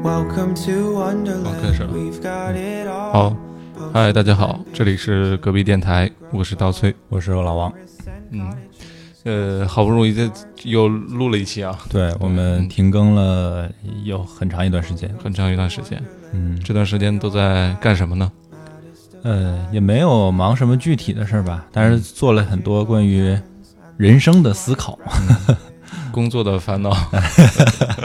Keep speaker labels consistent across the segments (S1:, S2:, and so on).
S1: 好，开始了。
S2: 好，嗨，大家好，这里是隔壁电台，我是刀崔。
S3: 我是老王。
S2: 嗯，呃，好不容易这又录了一期啊，
S3: 对我们停更了有很长一段时间，
S2: 很长一段时间。
S3: 嗯，
S2: 这段时间都在干什么呢？
S3: 呃，也没有忙什么具体的事儿吧，但是做了很多关于人生的思考。
S2: 嗯工作的烦恼。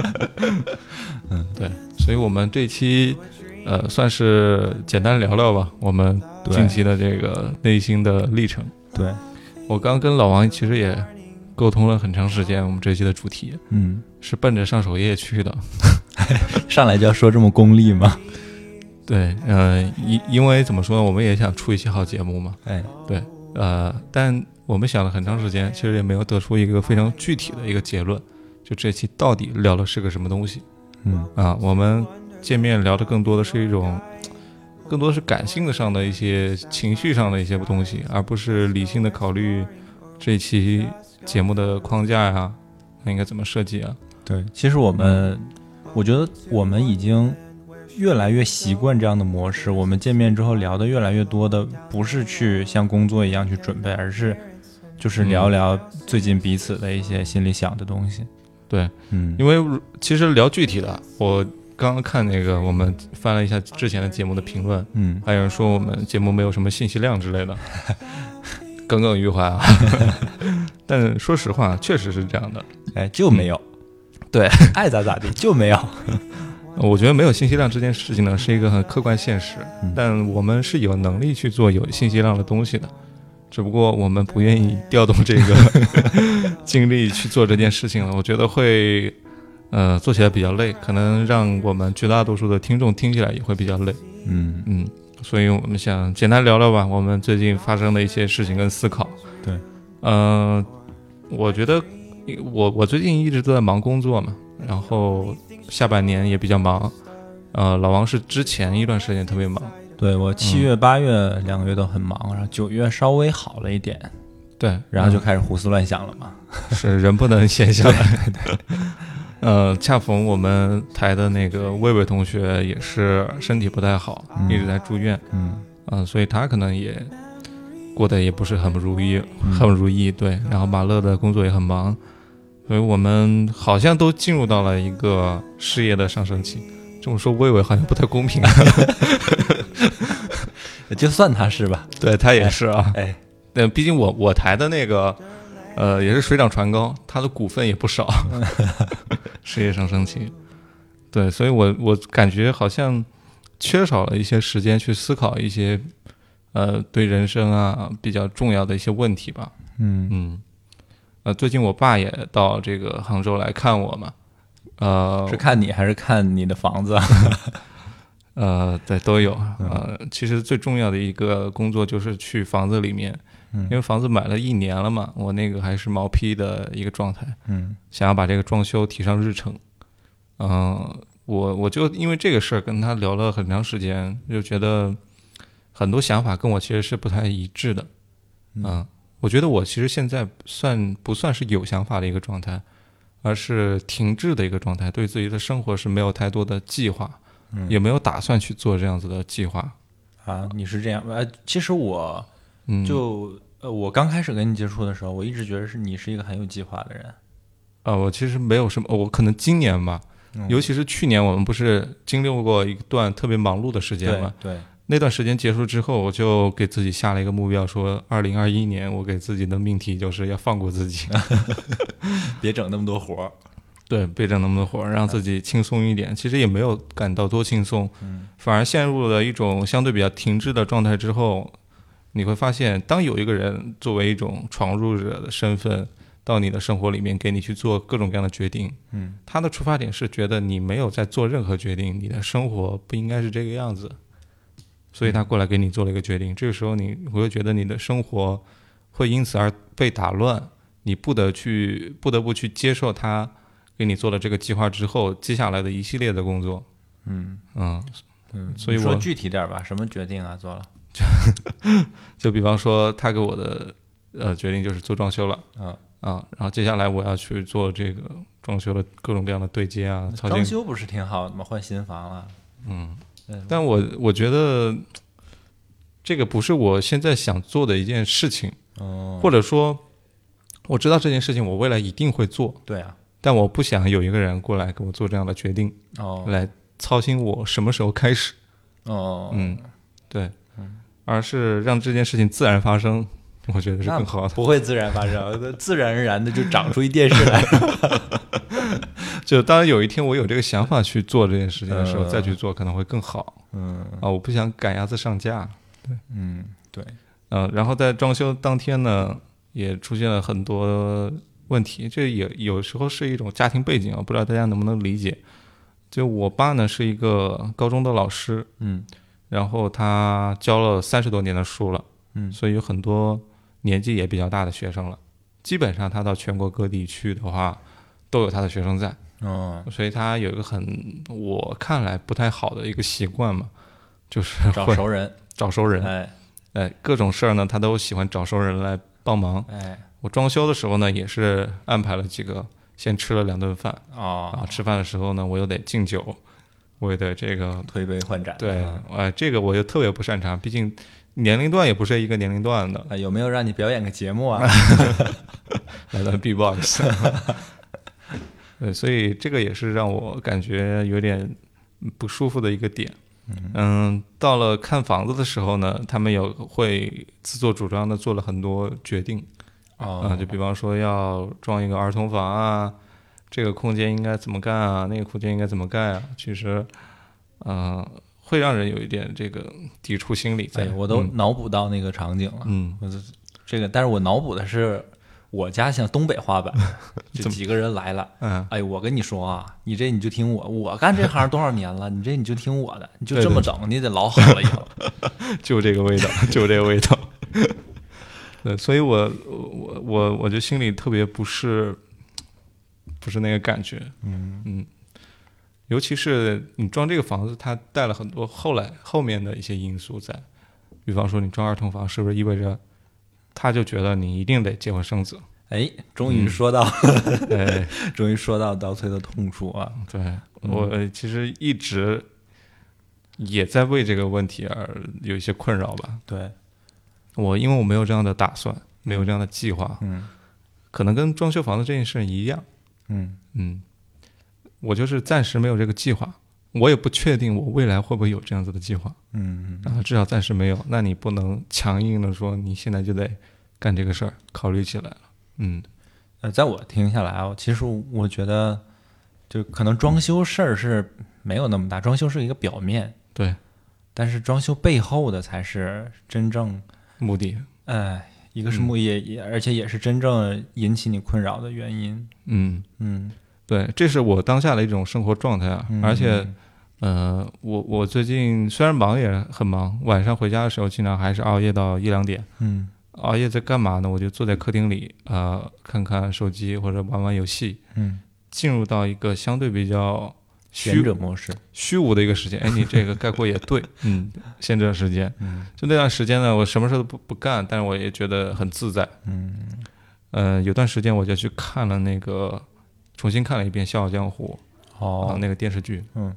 S2: 嗯，对，所以我们这期呃算是简单聊聊吧，我们
S3: 对
S2: 近期的这个内心的历程。
S3: 对，
S2: 我刚跟老王其实也沟通了很长时间，我们这期的主题
S3: 嗯，
S2: 是奔着上首页去的。
S3: 上来就要说这么功 利吗？
S2: 对，呃，因因为怎么说呢，我们也想出一期好节目嘛，
S3: 哎，
S2: 对，呃，但我们想了很长时间，其实也没有得出一个非常具体的一个结论，就这期到底聊的是个什么东西
S3: 嗯，
S2: 啊？我们见面聊的更多的是一种，更多是感性的上的一些情绪上的一些东西，而不是理性的考虑这一期节目的框架呀、那应该怎么设计啊？
S3: 对，其实我们，我觉得我们已经。越来越习惯这样的模式，我们见面之后聊的越来越多的，不是去像工作一样去准备，而是就是
S2: 嗯
S3: 聊聊最近彼此的一些心里想的东西。
S2: 对，
S3: 嗯，
S2: 因为如其实聊具体的，我刚刚看那个，我们翻了一下之前的节目的评论，
S3: 嗯，
S2: 还有人说我们节目没有什么信息量之类的，耿耿于怀啊。 但说实话，确实是这样的。
S3: 哎，就没有，
S2: 对，
S3: 爱咋咋地，就没有。
S2: 呃我觉得没有信息量这件事情呢，是一个很客观现实
S3: 嗯。
S2: 但我们是有能力去做有信息量的东西的，只不过我们不愿意调动这个 精力去做这件事情了。我觉得会，呃，做起来比较累，可能让我们绝大多数的听众听起来也会比较累。
S3: 嗯，
S2: 嗯，所以我们想简单聊聊吧，我们最近发生的一些事情跟思考。
S3: 对，
S2: 嗯、我觉得我我最近一直都在忙工作嘛，然后下半年也比较忙。呃，老王是之前一段时间特别忙，
S3: 对我七月、八月两个月都很忙，然后九月稍微好了一点，
S2: 对，
S3: 然后就开始胡思乱想了嘛。
S2: 是人不能闲下来。呃，恰逢我们台的那个魏魏同学也是身体不太好，
S3: 嗯
S2: 一直在住院，
S3: 嗯
S2: 嗯、所以他可能也过得也不是很不如意，
S3: 嗯
S2: 很如意，对。然后马乐的工作也很忙，所以我们好像都进入到了一个事业的上升期。这么说，魏魏好像不太公平。啊
S3: 就算他是 吧。
S2: 对他也是啊，
S3: 哎，
S2: 但毕竟我我台的那个，呃，也是水涨船高，他的股份也不 少，事业上升期。对，所以我我感觉好像缺少了一些时间去思考一些，呃，对人生啊比较重要的一些问题吧。
S3: 嗯
S2: 嗯，呃，最近我爸也到这个杭州来看我嘛，呃
S3: 是看你还是看你的房子啊？
S2: 呃，对，都有。呃，其实最重要的一个工作就是去房子里面，
S3: 嗯
S2: 因为房子买了一年了嘛，我那个还是毛坯的一个状态，
S3: 嗯
S2: 想要把这个装修提上日程。嗯、我我就因为这个事儿跟他聊了很长时间，就觉得很多想法跟我其实是不太一致的。嗯、我觉得我其实现在算不算是有想法的一个状态，而是停滞的一个状态，对自己的生活是没有太多的计划，
S3: 嗯
S2: 也没有打算去做这样子的计划。
S3: 啊，你是这样。呃，其实我
S2: 嗯，
S3: 就呃，我刚开始跟你接触的时候，我一直觉得是你是一个很有计划的人。
S2: 呃，我其实没有什么，我可能今年吧，
S3: 嗯
S2: 尤其是去年我们不是经历过一段特别忙碌的时间
S3: 对
S2: 嘛，
S3: 对，
S2: 那段时间结束之后，我就给自己下了一个目标，说二零二一年我给自己的命题就是要放过自己，
S3: 别整那么多活儿。
S2: 对，别整那么多活儿，让自己轻松一点。其实也没有感到多轻松，
S3: 嗯
S2: 反而陷入了一种相对比较停滞的状态之后，你会发现，当有一个人作为一种闯入者的身份到你的生活里面，给你去做各种各样的决定，
S3: 嗯
S2: 他的出发点是觉得你没有在做任何决定，你的生活不应该是这个样子，所以他过来给你做了一个决定。这个时候你，我会觉得你的生活会因此而被打乱，你不得去不得不去接受他给你做了这个计划之后，接下来的一系列的工作。
S3: 嗯
S2: 嗯，
S3: 嗯，
S2: 所以
S3: 你说
S2: 我
S3: 具体点儿吧，什么决定啊？做了？
S2: 就比方说他给我的呃决定就是做装修了，
S3: 嗯
S2: 啊，然后接下来我要去做这个装修的各种各样的对接啊，操
S3: 装
S2: 心。
S3: 修不是挺好的吗？换新房了，
S2: 嗯
S3: 嗯，
S2: 但我我觉得这个不是我现在想做的一件事情，
S3: 嗯，
S2: 或者说我知道这件事情我未来一定会做，
S3: 对啊，
S2: 但我不想有一个人过来给我做这样的决定，
S3: 哦
S2: 来操心我什么时候开始。
S3: 哦，
S2: 嗯，对，而是让这件事情自然发生，我觉得是更好的。
S3: 不会自然发生，自然而然的就长出一电视来。
S2: 就当然有一天我有这个想法去做这件事情的时候，
S3: 呃
S2: 再去做可能会更好
S3: 嗯
S2: 啊！我不想赶鸭子上架。
S3: 嗯，对，
S2: 嗯，然后在装修当天呢，也出现了很多问题，这也有时候是一种家庭背景啊，不知道大家能不能理解。就我爸呢是一个高中的老师，
S3: 嗯
S2: 然后他教了三十多年的书了，
S3: 嗯
S2: 所以有很多年纪也比较大的学生了。基本上他到全国各地去的话，都有他的学生在，
S3: 哦，
S2: 所以他有一个很我看来不太好的一个习惯嘛，就是
S3: 找
S2: 会
S3: 熟人，
S2: 找熟人，
S3: 哎
S2: 哎，各种事儿呢他都喜欢找熟人来帮忙。
S3: 哎
S2: 我装修的时候呢，也是安排了几个，先吃了两顿饭啊，
S3: 哦，
S2: 吃饭的时候呢，我又得敬酒，我也得这个
S3: 推杯换盏，
S2: 对
S3: 啊，
S2: 哎，这个我又特别不擅长，毕竟年龄段也不是一个年龄段的，
S3: 啊有没有让你表演个节目啊？
S2: 来段 B-box。对，所以这个也是让我感觉有点不舒服的一个点。嗯，到了看房子的时候呢，他们有会自作主张的做了很多决定啊、
S3: 哦，
S2: 就比方说要装一个儿童房啊，这个空间应该怎么干啊，那个空间应该怎么盖啊，其实，嗯、会让人有一点这个抵触心理在。
S3: 哎，我都
S2: 嗯
S3: 脑补到那个场景了。
S2: 嗯
S3: 我这这个，但是我脑补的是我家像东北 话版，就几个人来了。
S2: 嗯
S3: 哎，我跟你说啊，你这你就听我，我干这行多少年 了，你这你就听我的，你就
S2: 对
S3: 这
S2: 对
S3: 么整，你得老好了以后。
S2: 就这个味道， 就这个味道。对，所以我我我我就心里特别不是不是那个感觉，
S3: 嗯
S2: 尤其是你装这个房子，它带了很多后来后面的一些因素在，比方说你装儿童房，是不是意味着他就觉得你一定得结婚生子？
S3: 哎，终于说到，
S2: 哎，
S3: 终于说到刀崔的痛处啊！
S2: 对我呃其实一直也在为这个问题而有一些困扰吧。
S3: 对，
S2: 我因为我没有这样的打算，没有这样的计划，
S3: 嗯
S2: 可能跟装修房子这件事一样，
S3: 嗯
S2: 嗯，我就是暂时没有这个计划，我也不确定我未来会不会有这样子的计划
S3: 嗯，
S2: 啊，至少暂时没有。那你不能强硬的说你现在就得干这个事儿，考虑起来了，嗯
S3: 呃，在我听下来啊，其实我觉得，就可能装修事儿是没有那么大，装修是一个表面，
S2: 对，
S3: 但是装修背后的才是真正，
S2: 目的，
S3: 哎，一个是木业，也而且也是真正引起你困扰的原因。
S2: 嗯，
S3: 嗯，
S2: 对，这是我当下的一种生活状态啊，
S3: 嗯
S2: 而且。呃，我我最近虽然忙也很忙，晚上回家的时候经常还是熬夜到一两点，
S3: 嗯
S2: 熬夜在干嘛呢？我就坐在客厅里，呃，看看手机或者玩玩游戏，
S3: 嗯，
S2: 进入到一个相对比较
S3: 贤
S2: 虚
S3: 者模式。
S2: 虚无的一个时间。哎，你这个概括也 对，嗯，闲者时间。
S3: 嗯
S2: 就那段时间呢，我什么事都不不干，但是我也觉得很自在。
S3: 嗯
S2: 呃，有段时间我就去看了那个，重新看了一遍《笑傲江湖》啊、
S3: 哦，
S2: 那个电视剧。
S3: 嗯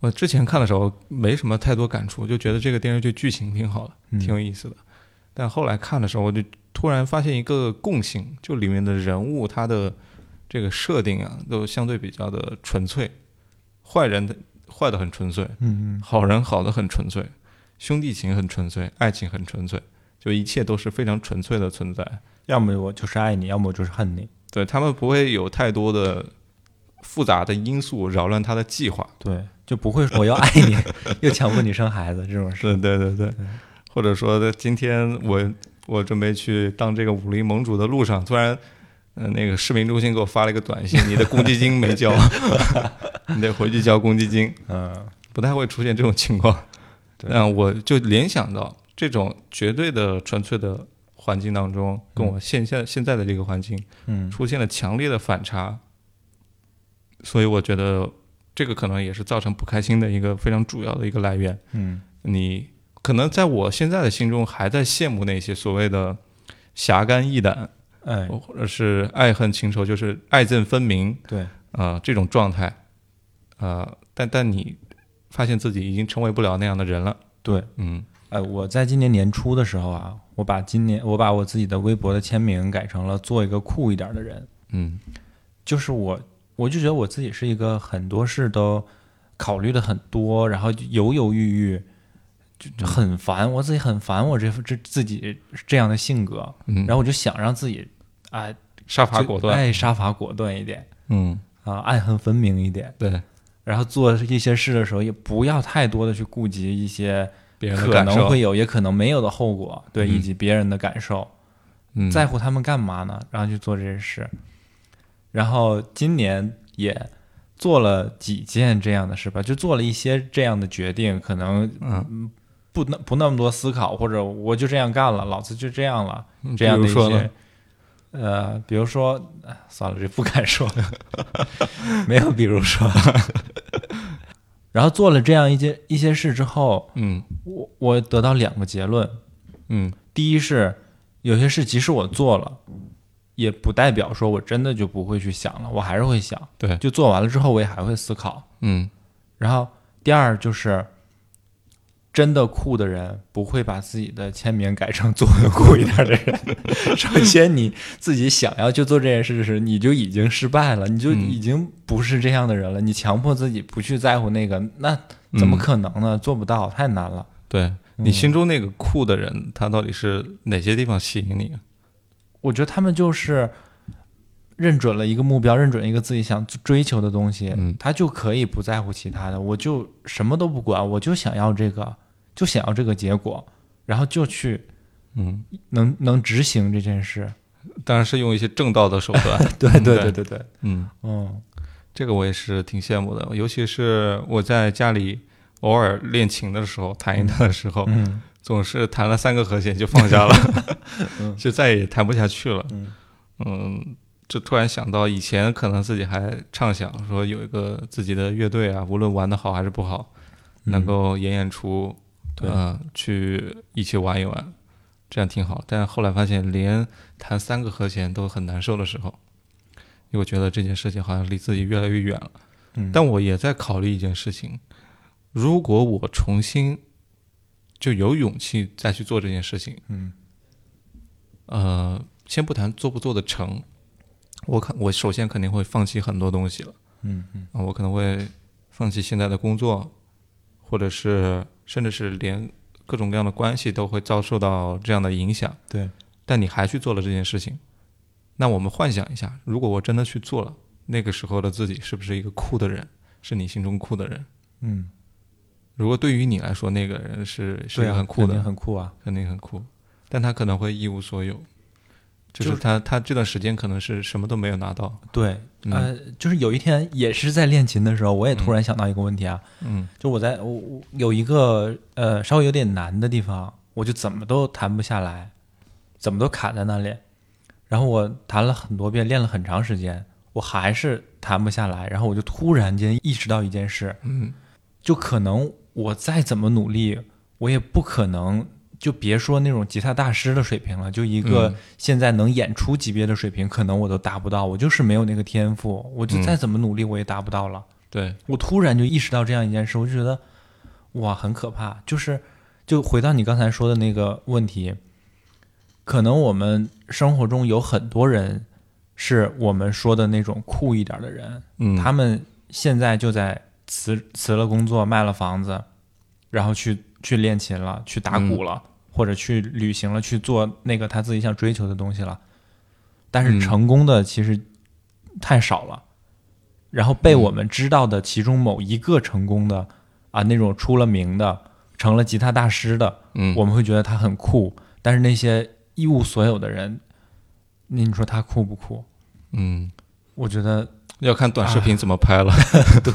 S2: 我之前看的时候没什么太多感触，就觉得这个电视剧剧情挺好的。
S3: 嗯
S2: 挺有意思的。但后来看的时候，我就突然发现一个共性，就里面的人物他的这个设定啊，都相对比较的纯粹，坏人的坏的很纯粹，
S3: 嗯嗯
S2: 好人好的很纯粹，兄弟情很纯粹，爱情很纯粹，就一切都是非常纯粹的存在。
S3: 要么我就是爱你，要么我就是恨你。
S2: 对他们不会有太多的复杂的因素扰乱他的计划。
S3: 对，就不会说我要爱你， 又强迫你生孩子这种事。
S2: 对对对对，或者说今天我我准备去当这个武林盟主的路上，突然，呃，那个市民中心给我发了一个短信，你的公积金没交， 你得回去交公积金，
S3: 嗯
S2: 不太会出现这种情况。
S3: 对
S2: 那我就联想到这种绝对的纯粹的环境当中，跟我现在现在的这个环境
S3: 嗯
S2: 出现了强烈的反差，所以我觉得这个可能也是造成不开心的一个非常主要的一个来源。
S3: 嗯
S2: 你可能在我现在的心中还在羡慕那些所谓的侠肝义胆，
S3: 哎，
S2: 或者是爱恨情仇，就是爱憎分明
S3: 对，
S2: 啊、这种状态啊、但但你发现自己已经成为不了那样的人了，
S3: 对，
S2: 嗯
S3: 哎，我在今年年初的时候啊，我把今年我把我自己的微博的签名改成了“做一个酷一点的人
S2: 嗯”，
S3: 就是我，我就觉得我自己是一个很多事都考虑的很多，然后就犹犹豫豫，就就很烦，我自己很烦我这这自己这样的性格，
S2: 嗯，
S3: 然后我就想让自己啊，
S2: 杀
S3: 就
S2: 伐果断，
S3: 哎，杀伐果断一点
S2: 嗯，
S3: 啊，爱恨分明一点，
S2: 对，
S3: 然后做一些事的时候也不要太多的去顾及一些。
S2: 别人的
S3: 可
S2: 感
S3: 能
S2: 受，
S3: 会有，也可能没有的后果，对，
S2: 嗯
S3: 以及别人的感受，
S2: 嗯，
S3: 在乎他们干嘛呢？然后去做这些事，然后今年也做了几件这样的事吧，就做了一些这样的决定，可能
S2: 嗯
S3: 不那不那么多思考，或者我就这样干了，老子就这样了，
S2: 嗯
S3: 这样
S2: 比
S3: 的
S2: 如说
S3: 一些
S2: 呢，，
S3: 呃，比如说，哎算了，这不敢说， 没有，比如说， 然后做了这样一件一些事之后，
S2: 嗯
S3: 我我得到两个结论，
S2: 嗯
S3: 第一是有些事即使我做了，也不代表说我真的就不会去想了，我还是会想。
S2: 对
S3: 就做完了之后，我也还会思考。
S2: 嗯
S3: 然后第二就是，真的酷的人不会把自己的签名改成做的酷一点的人。 首先你自己想要去做这件事时，你就已经失败了，你就
S2: 嗯
S3: 已经不是这样的人了。你强迫自己不去在乎那个，那怎么
S2: 嗯
S3: 可能呢？做不到，太难了。
S2: 对你
S3: 嗯
S2: 心中那个酷的人，他到底是哪些地方吸引你啊？
S3: 我觉得他们就是认准了一个目标，认准一个自己想追求的东西，
S2: 嗯
S3: 他就可以不在乎其他的，我就什么都不管，我就想要这个，就想要这个结果，然后就去
S2: 嗯，
S3: 能能执行这件事。
S2: 当然是用一些正道的手段，
S3: 对
S2: 嗯
S3: 对
S2: 对
S3: 对对，
S2: 嗯，
S3: 嗯
S2: 这个我也是挺羡慕的，尤其是我在家里偶尔练琴的时候，弹一弹的时候，
S3: 嗯
S2: 总是弹了三个和弦就放下了，
S3: 嗯
S2: 就再也弹不下去了。
S3: 嗯
S2: 嗯，就突然想到以前可能自己还畅想说有一个自己的乐队啊，无论玩的好还是不好，能够演演出，
S3: 对
S2: 呃去一起玩一玩，这样挺好。但后来发现，连弹三个和弦都很难受的时候，因为我觉得这件事情好像离自己越来越远了。
S3: 嗯
S2: 但我也在考虑一件事情：如果我重新就有勇气再去做这件事情，
S3: 嗯
S2: 呃，先不谈做不做得成，我肯我首先肯定会放弃很多东西了。
S3: 嗯嗯
S2: 啊，我可能会放弃现在的工作，或者是甚至是连各种各样的关系都会遭受到这样的影响。
S3: 对，
S2: 但你还去做了这件事情，那我们幻想一下，如果我真的去做了，那个时候的自己是不是一个酷的人？是你心中酷的人？
S3: 嗯，
S2: 如果对于你来说，那个人是是一
S3: 对
S2: 个
S3: 啊
S2: 很酷的，
S3: 肯定很酷啊。
S2: 肯定很酷，但他可能会一无所有，就
S3: 就是
S2: 他他这段时间可能是什么都没有拿到。
S3: 对，
S2: 嗯
S3: 呃，就是有一天也是在练琴的时候，我也突
S2: 嗯
S3: 然想到一个问题啊，
S2: 嗯
S3: 就我在我我有一个呃稍微有点难的地方，我就怎么都弹不下来，怎么都卡在那里。然后我弹了很多遍，练了很长时间，我还是弹不下来。然后我就突然间意识到一件事，
S2: 嗯
S3: 就可能我再怎么努力，我也不可能就别说那种吉他大师的水平了，就一个
S2: 嗯
S3: 现在能演出级别的水平，可能我都达不到。我就是没有那个天赋，我就
S2: 嗯
S3: 再怎么努力，我也达不到了。
S2: 对，
S3: 我突然就意识到这样一件事，我就觉得哇，很可怕。就是，就回到你刚才说的那个问题，可能我们生活中有很多人是我们说的那种酷一点的人，
S2: 嗯，
S3: 他们现在就在辞辞了工作，卖了房子，然后去去练琴了，去打鼓了，或者去旅行了，去做那个他自己想追求的东西了。但是
S2: 嗯
S3: 成功的其实太少了，然后被我们知道的其中某一个成功的啊，那种出了名的，成了吉他大师的，
S2: 嗯
S3: 我们会觉得他很酷。但是那些一无所有的人，那你说他酷不酷？
S2: 嗯。
S3: 我觉得，
S2: 要看短视频怎么拍了。
S3: 对，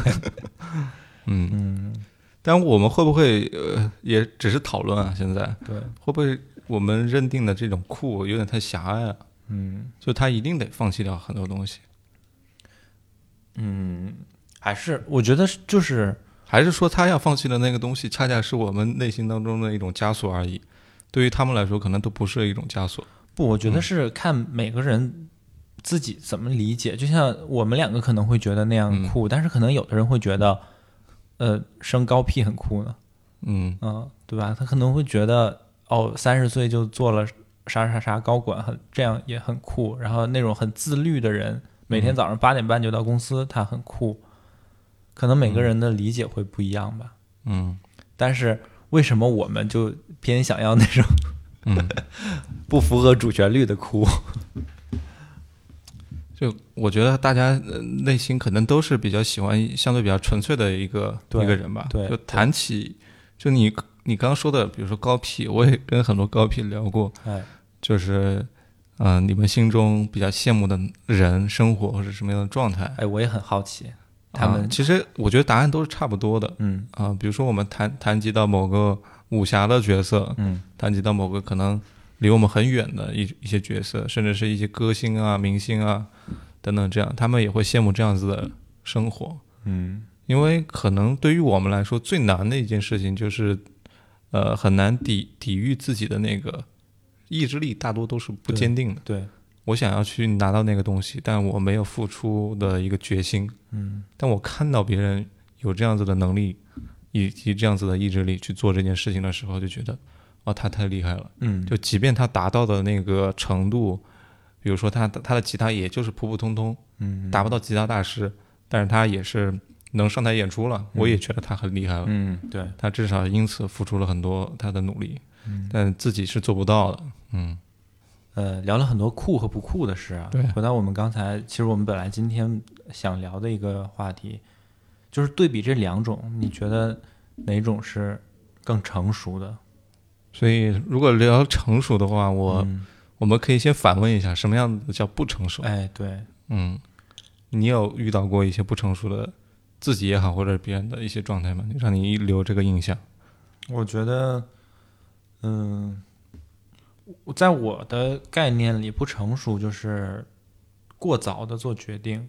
S2: 嗯，
S3: 嗯，
S2: 但我们会不会呃，也只是讨论啊？现在
S3: 对，
S2: 会不会我们认定的这种酷有点太狭隘了？
S3: 嗯。
S2: 就他一定得放弃掉很多东西，
S3: 嗯，还是我觉得是就是
S2: 还是说他要放弃的那个东西，恰恰是我们内心当中的一种枷锁而已？对于他们来说，可能都不是一种枷锁。
S3: 不，我觉得是看每个人自己怎么理解。就像我们两个可能会觉得那样酷，但是可能有的人会觉得，呃，升高 P 很酷呢，
S2: 嗯
S3: 嗯、对吧？他可能会觉得，哦，三十岁就做了啥啥啥高管，很这样也很酷。然后那种很自律的人，每天
S2: 嗯
S3: 早上八点半就到公司，他很酷。可能每个人的理解会不一样吧。
S2: 嗯
S3: 但是为什么我们就偏想要那种
S2: 嗯，
S3: 不符合主旋律的哭？
S2: 就我觉得大家呃内心可能都是比较喜欢相对比较纯粹的一个
S3: 对
S2: 一个人吧。
S3: 对
S2: 就谈起就你你刚刚说的，比如说高 P，我也跟很多高 P 聊过，
S3: 哎，
S2: 就是嗯、呃你们心中比较羡慕的人、生活或者什么样的状态，
S3: 哎，我也很好奇，他
S2: 啊
S3: 们，
S2: 其实我觉得答案都是差不多的
S3: 嗯
S2: 啊、比如说我们谈谈及到某个武侠的角色，
S3: 嗯
S2: 谈及到某个可能离我们很远的一一些角色，甚至是一些歌星啊、明星啊等等，这样他们也会羡慕这样子的生活，
S3: 嗯，
S2: 因为可能对于我们来说最难的一件事情就是，呃，很难抵抵御自己的那个意志力，大多都是不
S3: 对
S2: 坚定的。
S3: 对，
S2: 我想要去拿到那个东西，但我没有付出的一个决心，
S3: 嗯
S2: 但我看到别人有这样子的能力，以及这样子的意志力去做这件事情的时候，就觉得，哦，他太厉害了。
S3: 嗯，
S2: 就即便他达到的那个程度，比如说他他的吉他也就是普普通通，
S3: 嗯
S2: 达不到吉他大师，但是他也是能上台演出了，我也觉得他很厉害了。
S3: 嗯对，
S2: 他至少因此付出了很多他的努力，
S3: 嗯
S2: 但自己是做不到的。嗯
S3: 呃，聊了很多酷和不酷的事啊。
S2: 对
S3: 回到我们刚才，其实我们本来今天想聊的一个话题，就是对比这两种，你觉得哪种是更成熟的？
S2: 所以，如果聊成熟的话，我、
S3: 嗯
S2: 我们可以先反问一下，什么样子叫不成熟？
S3: 哎，对，
S2: 嗯，你有遇到过一些不成熟的自己也好，或者别人的一些状态吗？让你留这个印象？
S3: 我觉得，嗯，我在我的概念里，不成熟就是过早的做决定，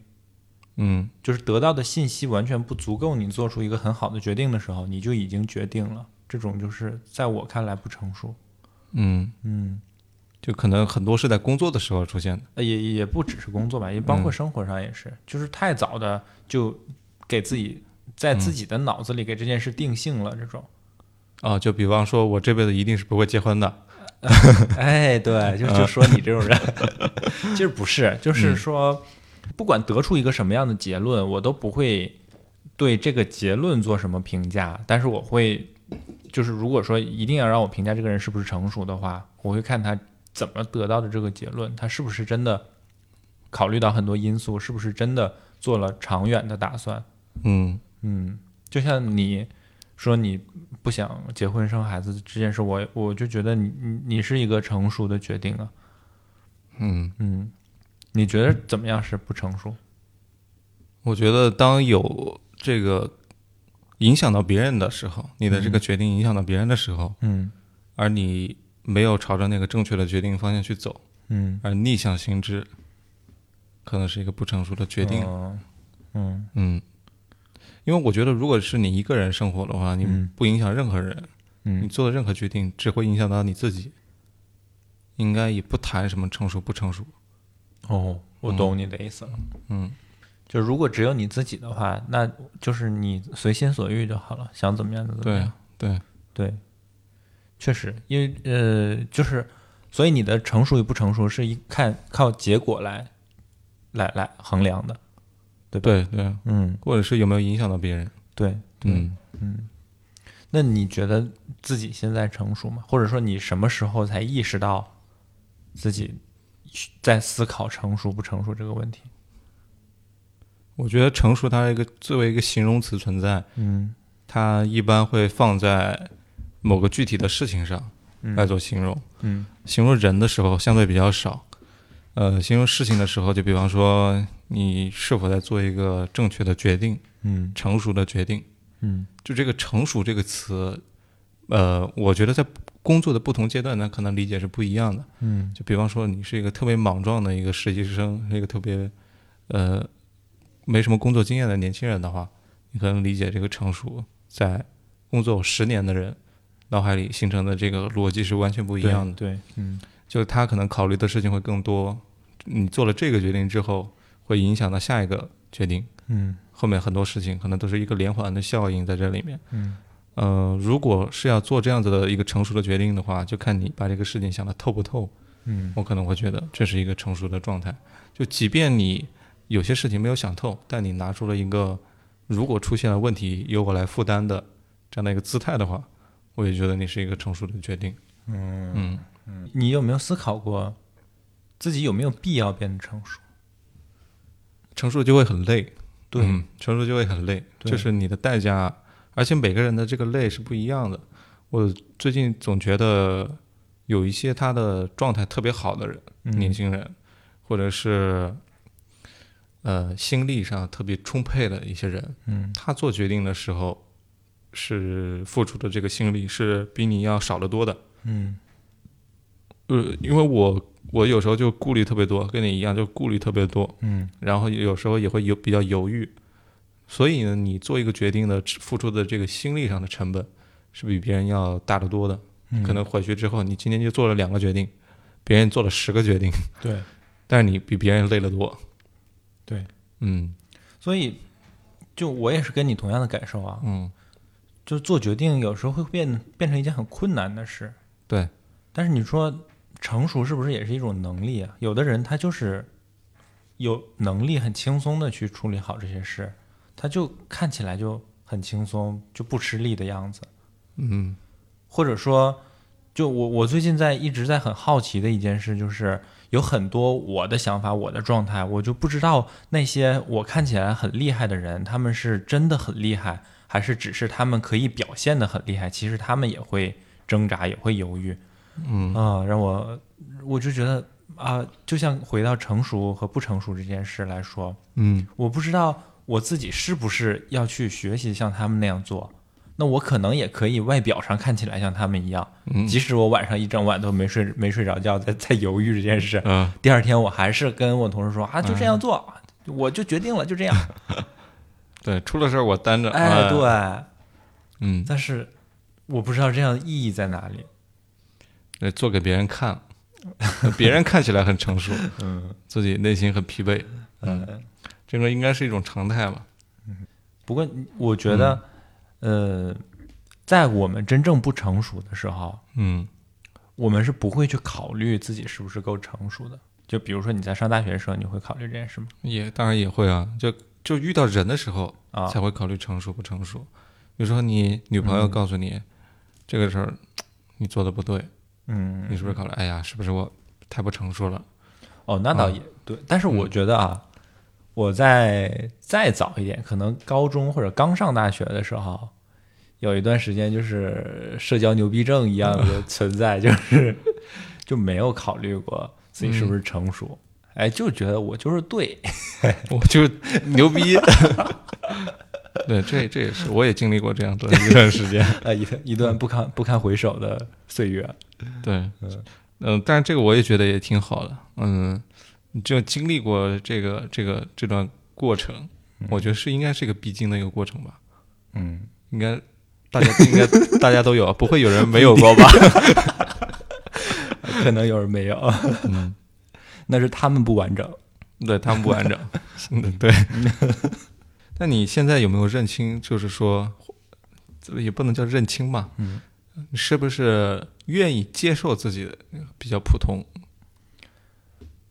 S2: 嗯
S3: 就是得到的信息完全不足够你做出一个很好的决定的时候，你就已经决定了。这种就是在我看来不成熟。
S2: 嗯，
S3: 嗯，
S2: 就可能很多是在工作的时候出现的。
S3: 呃也也不只是工作吧，也包括生活上也是，就是太早的就给自己在自己的脑子里给这件事定性了。这种，
S2: 啊，就比方说，我这辈子一定是不会结婚的。
S3: 哎，对，就就说你这种人，其实不是，就是说，不管得出一个什么样的结论，我都不会对这个结论做什么评价，但是我会，就是如果说一定要让我评价这个人是不是成熟的话，我会看他怎么得到的这个结论，他是不是真的考虑到很多因素，是不是真的做了长远的打算。
S2: 嗯
S3: 嗯，就像你说你不想结婚生孩子这件事，我我就觉得你你你是一个成熟的决定啊。
S2: 嗯，
S3: 嗯，你觉得怎么样是不成熟？
S2: 我觉得当有这个影响到别人的时候，你的这个决定影响到别人的时候，
S3: 嗯
S2: 而你没有朝着那个正确的决定方向去走，
S3: 嗯，
S2: 而逆向行之，可能是一个不成熟的决定。
S3: 哦嗯
S2: 嗯，因为我觉得，如果是你一个人生活的话，你
S3: 嗯
S2: 不影响任何人，你
S3: 嗯
S2: 做的任何决定只会影响到你自己，应该也不谈什么成熟不成熟。
S3: 哦，我懂你的意思了。
S2: 嗯
S3: 就如果只有你自己的话，那就是你随心所欲就好了，想怎么样就怎么
S2: 对
S3: 样。
S2: 对，
S3: 对，确实，因为呃，就是所以你的成熟与不成熟是一看靠结果来来来衡量的，对吧？
S2: 对对，
S3: 嗯，
S2: 或者是有没有影响到别人？
S3: 对，对
S2: 嗯，
S3: 嗯。那你觉得自己现在成熟吗？或者说你什么时候才意识到自己在思考成熟不成熟这个问题？
S2: 我觉得成熟它是一个作为一个形容词存在，
S3: 嗯
S2: 它一般会放在某个具体的事情上来做形容。
S3: 嗯
S2: 形容人的时候相对比较少，呃，形容事情的时候，就比方说你是否在做一个正确的决定。
S3: 嗯
S2: 成熟的决定。
S3: 嗯
S2: 就这个“成熟”这个词，呃，我觉得在工作的不同阶段呢，可能理解是不一样的。
S3: 嗯
S2: 就比方说，你是一个特别莽撞的一个实习生，是一个特别呃没什么工作经验的年轻人的话，你可能理解这个成熟，在工作十年的人脑海里形成的这个逻辑是完全不
S3: 不
S2: 一样的。
S3: 对，对嗯
S2: 就他可能考虑的事情会更多。你做了这个决定之后，会影响到下一个决定，
S3: 嗯
S2: 后面很多事情可能都是一个连环的效应在这里面。
S3: 嗯
S2: 呃，如果是要做这样子的一个成熟的决定的话，就看你把这个事情想得透不透。
S3: 嗯
S2: 我可能会觉得这是一个成熟的状态。就即便你有些事情没有想透，但你拿出了一个如果出现了问题由我来负担的这样的一个姿态的话，我也觉得你是一个成熟的决定。
S3: 嗯，
S2: 嗯，
S3: 你有没有思考过自己有没有必要变得成熟？
S2: 成熟就会很累，
S3: 对
S2: 嗯成熟就会很累，
S3: 对
S2: 这是你的代价，而且每个人的这个累是不一样的。我最近总觉得有一些他的状态特别好的人，
S3: 嗯
S2: 年轻人，或者是呃心力上特别充沛的一些人，
S3: 嗯
S2: 他做决定的时候是付出的这个心力是比你要少得多的。
S3: 嗯
S2: 呃，因为我我有时候就顾虑特别多，跟你一样就顾虑特别多，
S3: 嗯
S2: 然后有时候也会有比较犹豫，所以呢，你做一个决定的付出的这个心力上的成本是比别人要大得多的。
S3: 嗯，
S2: 可能回去之后，你今天就做了两个决定，别人做了十个决定，
S3: 对
S2: 但是你比别人累得多。
S3: 对，
S2: 嗯
S3: 所以就我也是跟你同样的感受啊，
S2: 嗯，
S3: 就做决定有时候会变变成一件很困难的事。
S2: 对，
S3: 但是你说成熟是不是也是一种能力啊？有的人他就是有能力很轻松的去处理好这些事，他就看起来就很轻松，就不吃力的样子。
S2: 嗯
S3: 或者说，就我我最近在一直在很好奇的一件事，就是有很多我的想法、我的状态，我就不知道那些我看起来很厉害的人，他们是真的很厉害，还是只是他们可以表现的很厉害，其实他们也会挣扎，也会犹豫
S2: 嗯
S3: 啊、让我我就觉得啊、就像回到成熟和不成熟这件事来说，
S2: 嗯
S3: 我不知道我自己是不是要去学习像他们那样做。那我可能也可以外表上看起来像他们一样，
S2: 嗯
S3: 即使我晚上一整晚都没睡没睡着觉，在在犹豫这件事，
S2: 啊
S3: 第二天我还是跟我同事说啊，就这样做，我就决定了，就这样。
S2: 对，出了事儿我担着。
S3: 哎，，对，
S2: 嗯，
S3: 但是我不知道这样意义在哪里。
S2: 对做给别人看， 别人看起来很成熟，
S3: 嗯
S2: 自己内心很疲惫。嗯，这个应该是一种常态吧。
S3: 不过我觉得，呃，在我们真正不成熟的时候，
S2: 嗯
S3: 我们是不会去考虑自己是不是够成熟的。就比如说你在上大学的时候，你会考虑这件事吗？
S2: 也当然也会啊，就就遇到人的时候
S3: 啊
S2: 才会考虑成熟不成熟。比如说你女朋友告诉你、这个事儿你做的不对，
S3: 嗯，
S2: 你是不是考虑哎呀是不是我太不成熟 了？
S3: 哦，那倒
S2: 啊
S3: 也、对，但是我觉得啊，我在再早一点，可能高中或者刚上大学的时候，有一段时间就是社交牛逼症一样的存在，就是就没有考虑过自己是不是成熟，哎，就觉得我就是对，
S2: 我就牛逼。 对，这这也是我也经历过这样的一段时间。
S3: 呃，一段一段不堪不堪回首的岁月，
S2: 对，嗯、但是这个我也觉得也挺好的，嗯，你只有经历过这个这个这段过程，我觉得是应该是一个必经的一个过程吧，
S3: 嗯，
S2: 应该大 家应该大家都有，啊不会有人没有过吧？
S3: 可能有人没有，
S2: 嗯，
S3: 那是他们不完整，
S2: 对他们不完整， 嗯对。那你现在有没有认清？就是说，这也不能叫认清吧，
S3: 嗯，
S2: 你是不是愿意接受自己的比较普通？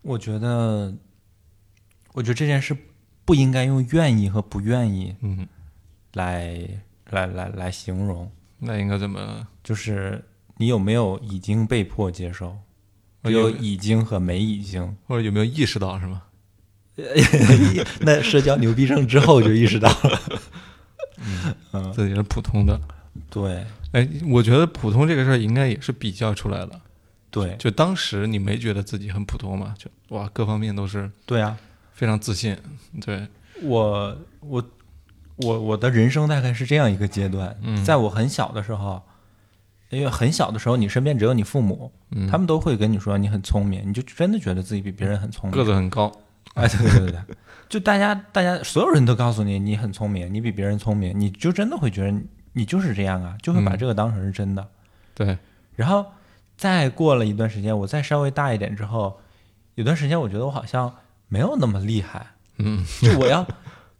S3: 我觉得，我觉得这件事不应该用愿意和不愿意
S2: 嗯，
S3: 来来来来形容，
S2: 那应该怎么？
S3: 就是你有没有已经被迫接受？只有已经和没已经。
S2: 或者有没有意识到是吗？
S3: 那社交牛逼症之后就意识到了。
S2: 自己是普通的。
S3: 对
S2: 哎，我觉得普通这个事儿应该也是比较出来的。
S3: 对
S2: 就当时你没觉得自己很普通嘛？就哇，各方面都是
S3: 对啊！
S2: 非常自信。对，
S3: 我我我我的人生大概是这样一个阶段。
S2: 嗯
S3: 在我很小的时候，因为很小的时候，你身边只有你父母，
S2: 嗯，
S3: 他们都会跟你说你很聪明，你就真的觉得自己比别人很聪明。
S2: 个子很高。
S3: 哎，对对对对， 就大家大家所有人都告诉你你很聪明，你比别人聪明，你就真的会觉得你你就是这样啊，就会把
S2: 嗯
S3: 这个当成是真的。
S2: 对，
S3: 然后再过了一段时间，我再稍微大一点之后，有段时间我觉得我好像没有那么厉害，
S2: 嗯，
S3: 就我 要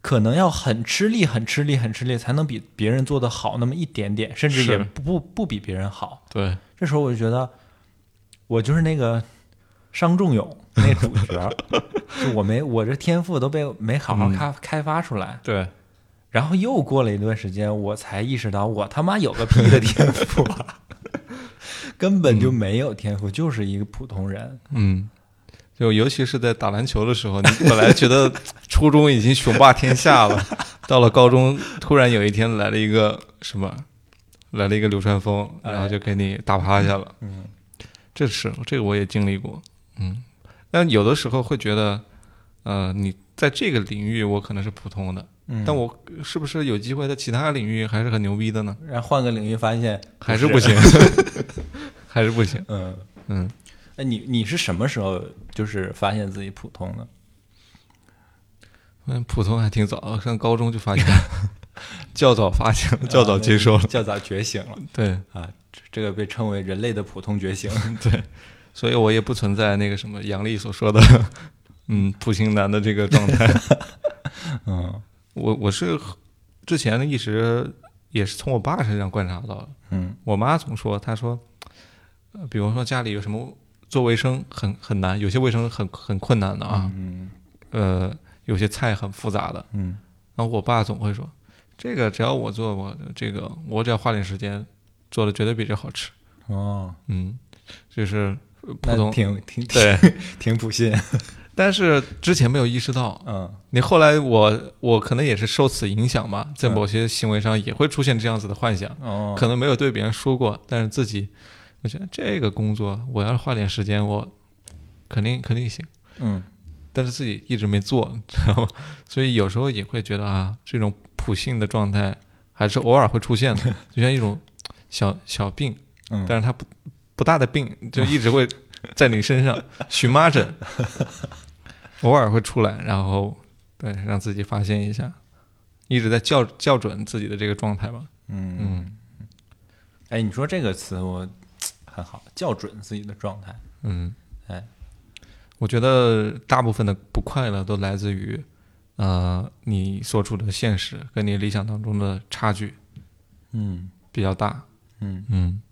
S3: 可能要很吃力、很吃力、很吃力，才能比别人做的好那么一点点，甚至
S2: 是
S3: 也不不不比别人好。
S2: 对，
S3: 这时候我就觉得，我就是那个伤 仲永那主角儿，就我没我这天赋都被没好
S2: 嗯
S3: 好开、开发出来。
S2: 对，
S3: 然后又过了一段时间，我才意识到我他妈有个屁的天赋啊， 根本就没有天赋，就是一个普通人。
S2: 嗯，就尤其是在打篮球的时候，你本来觉得初中已经雄霸天下 了，到了高中，突然有一天来了一个什么，来了一个流川枫，然后就给你打趴下了。
S3: 哎嗯，
S2: 这是这个我也经历过，嗯，但有的时候会觉得，呃，你在这个领域我可能是普通的，
S3: 嗯
S2: 但我是不是有机会在其他领域还是很牛逼的呢？
S3: 然后换个领域发现
S2: 还是不
S3: 是。
S2: 行， 还是不行，
S3: 嗯，
S2: 嗯。
S3: 那你你是什么时候就是发现自己普通的？
S2: 嗯，普通还挺早，上高中就发 现，较早发现，较早接受了。
S3: 啊较早觉醒了
S2: 对
S3: 啊！这这个被称为人类的普 通觉醒。
S2: 对，所以我也不存在那个什么杨笠所说 的，嗯，普信男的这个状态。
S3: 嗯
S2: 我我是之前一直也是从我爸身上观察到的。
S3: 嗯
S2: 我妈总说，她说，呃比方说家里有什么做卫生很很难，有些卫生很很困难的啊，
S3: 嗯
S2: 呃，有些菜很复杂的。
S3: 嗯
S2: 然后我爸总会说，这个只要我做，我这个我只要花点时间，做的绝对比这好吃。
S3: 哦，
S2: 嗯，就是呃普
S3: 那
S2: 通
S3: 挺挺
S2: 对，
S3: 挺普信。
S2: 但是之前没有意识到。
S3: 嗯
S2: 你后来我我可能也是受此影响吧，在
S3: 嗯
S2: 某些行为上也会出现这样子的幻想，
S3: 哦，
S2: 可能没有对别人说过，但是自己我觉得这个工作我要是花点时间，我肯定肯定行。
S3: 嗯
S2: 但是自己一直没做， 知道吗？所以有时候也会觉得啊，这种普信的状态还是偶尔会出现的，就像一种小小病，
S3: 嗯，
S2: 但是它不不大的病，就一直会在你身上荨麻疹，偶尔会出来，然后对让自己发现一下，一直在校校准自己的这个状态吧。
S3: 嗯嗯。
S2: 嗯
S3: 哎，你说这个词我很好，校准自己的状态。
S2: 嗯，
S3: 哎，
S2: 我觉得大部分的不快乐都来自于。呃，你所处的现实跟你理想当中的差距，
S3: 嗯
S2: 比较大。
S3: 嗯，
S2: 嗯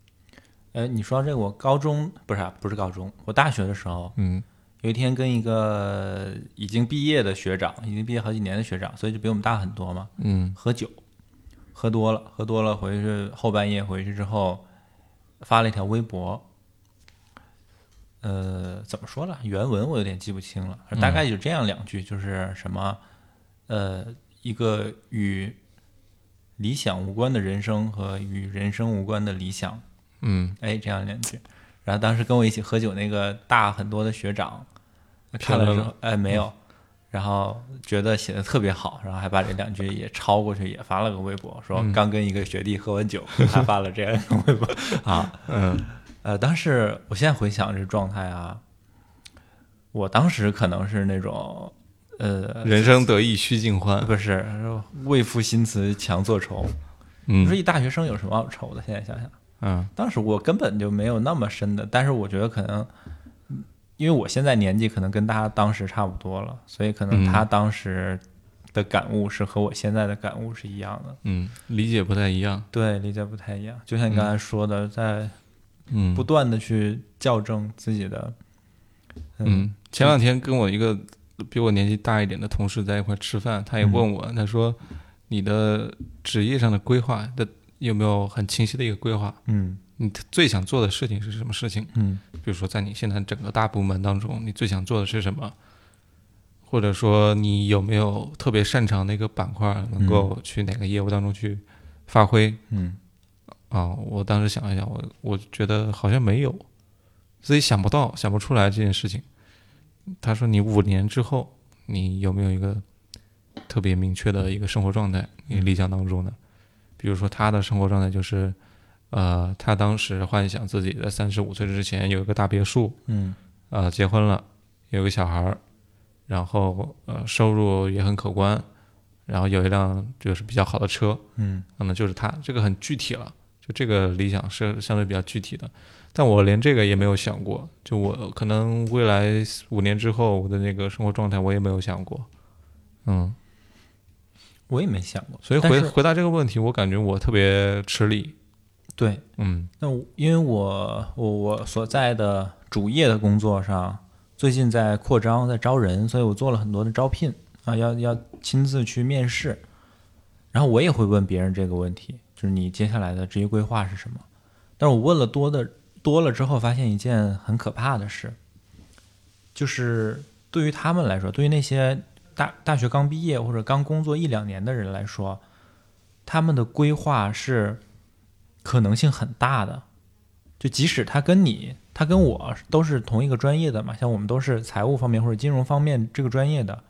S3: 哎，你说到这个，我高中不是啊不是高中，我大学的时候
S2: 嗯
S3: 有一天跟一个已经毕业的学长，已经毕业好几年的学长，所以就比我们大很多嘛，
S2: 嗯
S3: 喝酒，喝多了，喝多了回去后半夜回去之后，发了一条微博。呃，怎么说了？原文我有点记不清了，大概有这样两句，就是什么，呃，一个与理想无关的人生和与人生无关的理想
S2: 嗯，
S3: 哎，这样两句。然后当时跟我一起喝酒那个大很多的学长，看了
S2: 评论
S3: 之
S2: 了
S3: 后，哎，没有，然后觉得写的特别好，然后还把这两句也抄过去，也发了个微博，说
S2: 嗯
S3: 刚跟一个学弟喝完酒，还发了这样一个微博啊。
S2: 嗯
S3: 呃，当时我现在回想这状态啊，我当时可能是那种呃，
S2: 人啊生得意须尽欢。
S3: 不是为赋新词强作愁。你说
S2: 嗯
S3: 一大学生有什么好愁的？现在想想。
S2: 嗯
S3: 当时我根本就没有那么深的，但是我觉得可能，因为我现在年纪可能跟他当时差不多了，所以可
S2: 嗯
S3: 能他当时的感悟是和我现在的感悟是一样的。
S2: 嗯，理解不太一样。
S3: 对，理解不太一样。就像你刚才说的，在
S2: 嗯
S3: 不断的去校正自己的，
S2: 嗯，前两天跟我一个比我年纪大一点的同事在一块吃饭，他也问我，他说你的职业上的规划的有没有很清晰的一个规划？
S3: 嗯
S2: 你最想做的事情是什么事情？
S3: 嗯
S2: 比如说，在你现在整个大部门当中，你最想做的是什么？或者说，你有没有特别擅长的一个板块，能够去哪个业务当中去发挥？
S3: 嗯
S2: 啊、我当时想了一想，我我觉得好像没有，自己想不到，想不出来这件事情。他说：“你五年之后，你有没有一个特别明确的一个生活状态？你理想当中的，比如说他的生活状态就是，呃，他当时幻想自己在三十五岁之前有一个大别墅，
S3: 嗯
S2: 呃，结婚了，有个小孩儿，然后呃，收入也很可观，然后有一辆就是比较好的车，
S3: 嗯
S2: 可能就是他这个很具体了，就就这个理想是相对比较具体的，但我连这个也没有想过。就我可能未来五年之后我的那个生活状态，我也没有想过。嗯，
S3: 我也没想过，
S2: 所以
S3: 但
S2: 回
S3: 是
S2: 回答这个问题，我感觉我特别吃力。
S3: 对，
S2: 嗯
S3: 那我因为我我我所在的主业的工作上，最近在扩张，在招人，所以我做了很多的招聘啊，要要亲自去面试。然后我也会问别人这个问题，就是你接下来的职业规划是什么？但是我问了多的多了之后，发现一件很可怕的事，就是对于他们来说，对于那些大大学刚毕业或者刚工作一两年的人来说，他们的规划是可能性很大的。就即使他跟你，他跟我都是同一个专业的嘛，像我们都是财务方面或者金融方面这个专业的，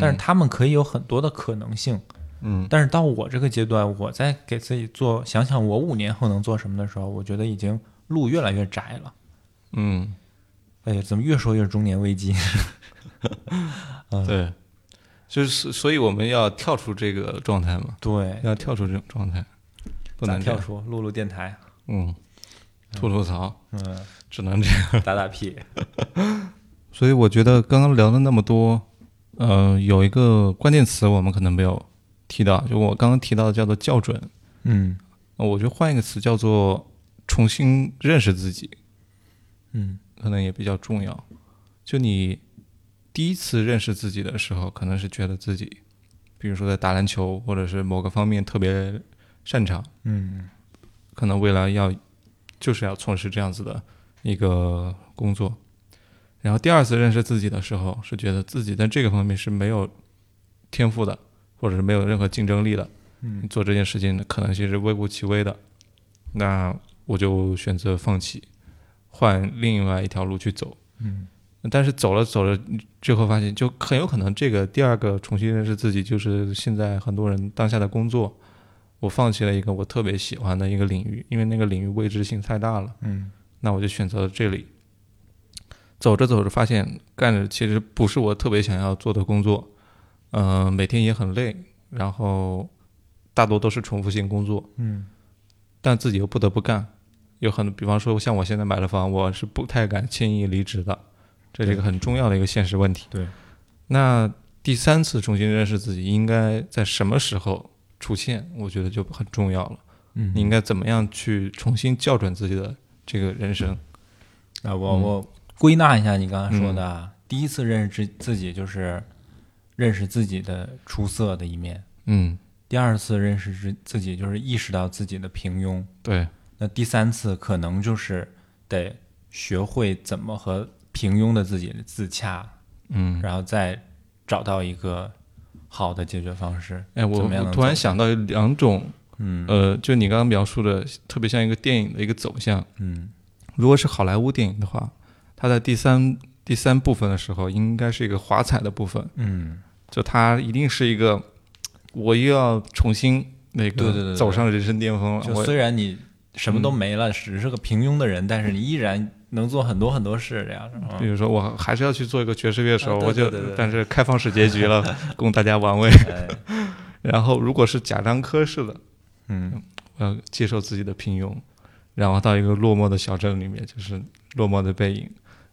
S3: 但是他们可以有很多的可能性。
S2: 嗯
S3: 但是到我这个阶段，我在给自己做想想我五年后能做什么的时候，我觉得已经路越来越窄了。
S2: 嗯，
S3: 哎呀，怎么越说越中年危机？
S2: 嗯对，就是所以我们要跳出这个状态嘛，
S3: 对，
S2: 要跳出这种状态，不
S3: 咋
S2: 能这
S3: 跳
S2: 样。
S3: 出录录电台，
S2: 嗯，吐吐槽，
S3: 嗯，
S2: 只能这样。
S3: 打打屁，
S2: 所以我觉得刚刚聊了那么多，呃，有一个关键词我们可能没有提到，就我刚刚提到的叫做校准，
S3: 嗯
S2: 呃我就换一个词叫做重新认识自己，
S3: 嗯
S2: 可能也比较重要。就你第一次认识自己的时候，可能是觉得自己，比如说在打篮球或者是某个方面特别擅长，
S3: 嗯
S2: 可能未来要就是要从事这样子的一个工作。然后第二次认识自己的时候，是觉得自己在这个方面是没有天赋的，或者是没有任何竞争力的，
S3: 嗯
S2: 做这件事情的可能性是微乎其微的。那我就选择放弃，换另外一条路去走。
S3: 嗯
S2: 但是走了走了之后，发现就很有可能这个第二个重新认识自己，就是现在很多人当下的工作，我放弃了一个我特别喜欢的一个领域，因为那个领域未知性太大了，
S3: 嗯
S2: 那我就选择了这里。走着走着，发现干着其实不是我特别想要做的工作，嗯、每天也很累，然后大多都是重复性工作，
S3: 嗯
S2: 但自己又不得不干。有很多，比方说像我现在买了房，我是不太敢轻易离职的，这是一个很重要的一个现实问题。
S3: 对，
S2: 那第三次重新认识自己应该在什么时候出现，我觉得就很重要了。
S3: 嗯
S2: 你应该怎么样去重新校准自己的这个人生？
S3: 啊，我、
S2: 嗯
S3: 我归纳一下你刚才说的，啊，第一次认识自自己就是认识自己的出色的一面，
S2: 嗯，
S3: 第二次认识自自己就是意识到自己的平庸，
S2: 对，
S3: 那第三次可能就是得学会怎么和平庸的自己自洽，
S2: 嗯。
S3: 然后再找到一个好的解决方式。
S2: 哎，我
S3: 怎么
S2: 我
S3: 样能
S2: 突然
S3: 走，
S2: 想到有两种，
S3: 嗯
S2: 呃，就你刚刚描述的，特别像一个电影的一个走向。
S3: 嗯
S2: 如果是好莱坞电影的话，它在第三第三部分的时候，应该是一个华彩的部分，
S3: 嗯，
S2: 就它一定是一个，我又要重新那
S3: 对对
S2: 个
S3: 对对
S2: 走上人生巅峰了。
S3: 嗯就
S2: 我嗯
S3: 虽然你什么都没了，只是个平庸的人，但是你依然能做很多很多事，这样是吗
S2: 比？如说，我还是要去做一个爵士乐手，
S3: 啊对
S2: 我就
S3: 对对对
S2: 但是开放式结局 了，供大家玩味。
S3: 哎
S2: 然后，如果是贾樟柯式的，
S3: 嗯
S2: 我要接受自己的平庸，然后到一个落寞的小镇里面，就是落寞的背影，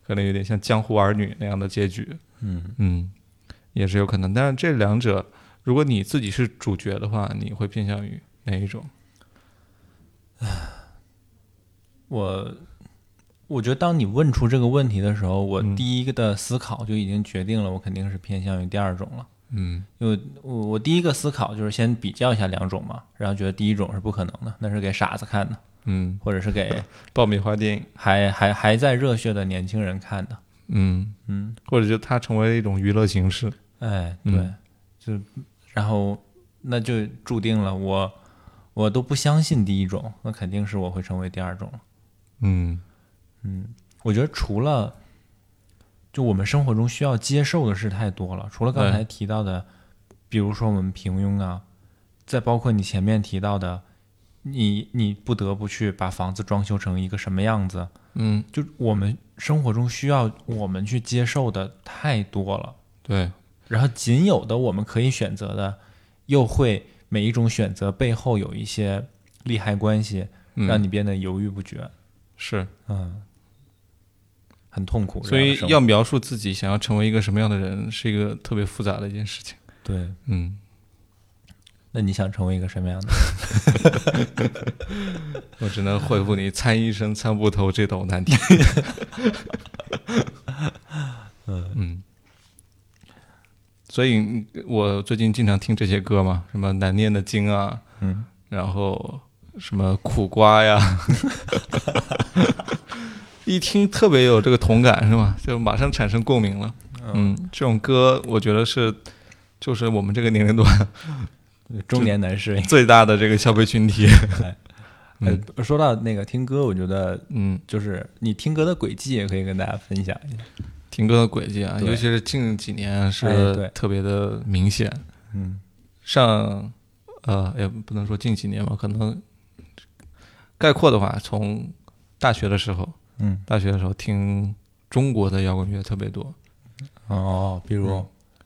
S2: 可能有点像《江湖儿女》那样的结局。
S3: 嗯
S2: 嗯，也是有可能。但是这两者，如果你自己是主角的话，你会偏向于哪一种？
S3: 我我觉得当你问出这个问题的时候，我
S2: 嗯
S3: 第一个的思考就已经决定了，我肯定是偏向于第二种了。
S2: 嗯
S3: 因为我我第一个思考就是先比较一下两种嘛，然后觉得第一种是不可能的，那是给傻子看的，
S2: 嗯，
S3: 或者 是给
S2: 爆米花电影，
S3: 还还还在热血的年轻人看的。
S2: 嗯，
S3: 嗯，
S2: 或者就它成为一种娱乐形式。
S3: 哎，对，
S2: 嗯
S3: 就然后那就注定了我我都不相信第一种，那肯定是我会成为第二种。
S2: 嗯
S3: 我觉得除了就我们生活中需要接受的事太多了，除了刚才提到的，比如说我们平庸啊，再包括你前面提到的，你你不得不去把房子装修成一个什么样子，
S2: 嗯，
S3: 就我们生活中需要我们去接受的太多了，
S2: 对，
S3: 然后仅有的我们可以选择的，又会每一种选择背后有一些利害关系，
S2: 嗯
S3: 让你变得犹豫不决，
S2: 是，
S3: 嗯，很痛苦。
S2: 所以
S3: 这样的生活
S2: 要描述自己想要成为一个什么样的人，是一个特别复杂的一件事情。
S3: 对，
S2: 嗯，
S3: 那你想成为一个什么样的人？
S2: 我只能回复你：参医生参不透这道难题。 嗯所以嗯我最近经常听这些歌嘛，什么难念的经啊，
S3: 嗯，
S2: 然后什么苦瓜 呀，一听特别有这个同感，是吧？就马上产生共鸣了。嗯，这种歌我觉得是，就是我们这个年龄段
S3: 中年男士。
S2: 最大的这个消费群体。嗯
S3: 呃，说到那个听歌，我觉得
S2: 嗯，
S3: 就是你听歌的轨迹也可以跟大家分享一下。
S2: 听歌的轨迹啊，
S3: 对
S2: 尤其是近几年
S3: 哎
S2: 是
S3: 对
S2: 特别的明显。
S3: 嗯
S2: 上呃，也不能说近几年吧，可能概括的话，从大学的时候，
S3: 嗯
S2: 大学的时候听中国的摇滚乐特别多，
S3: 哦，比如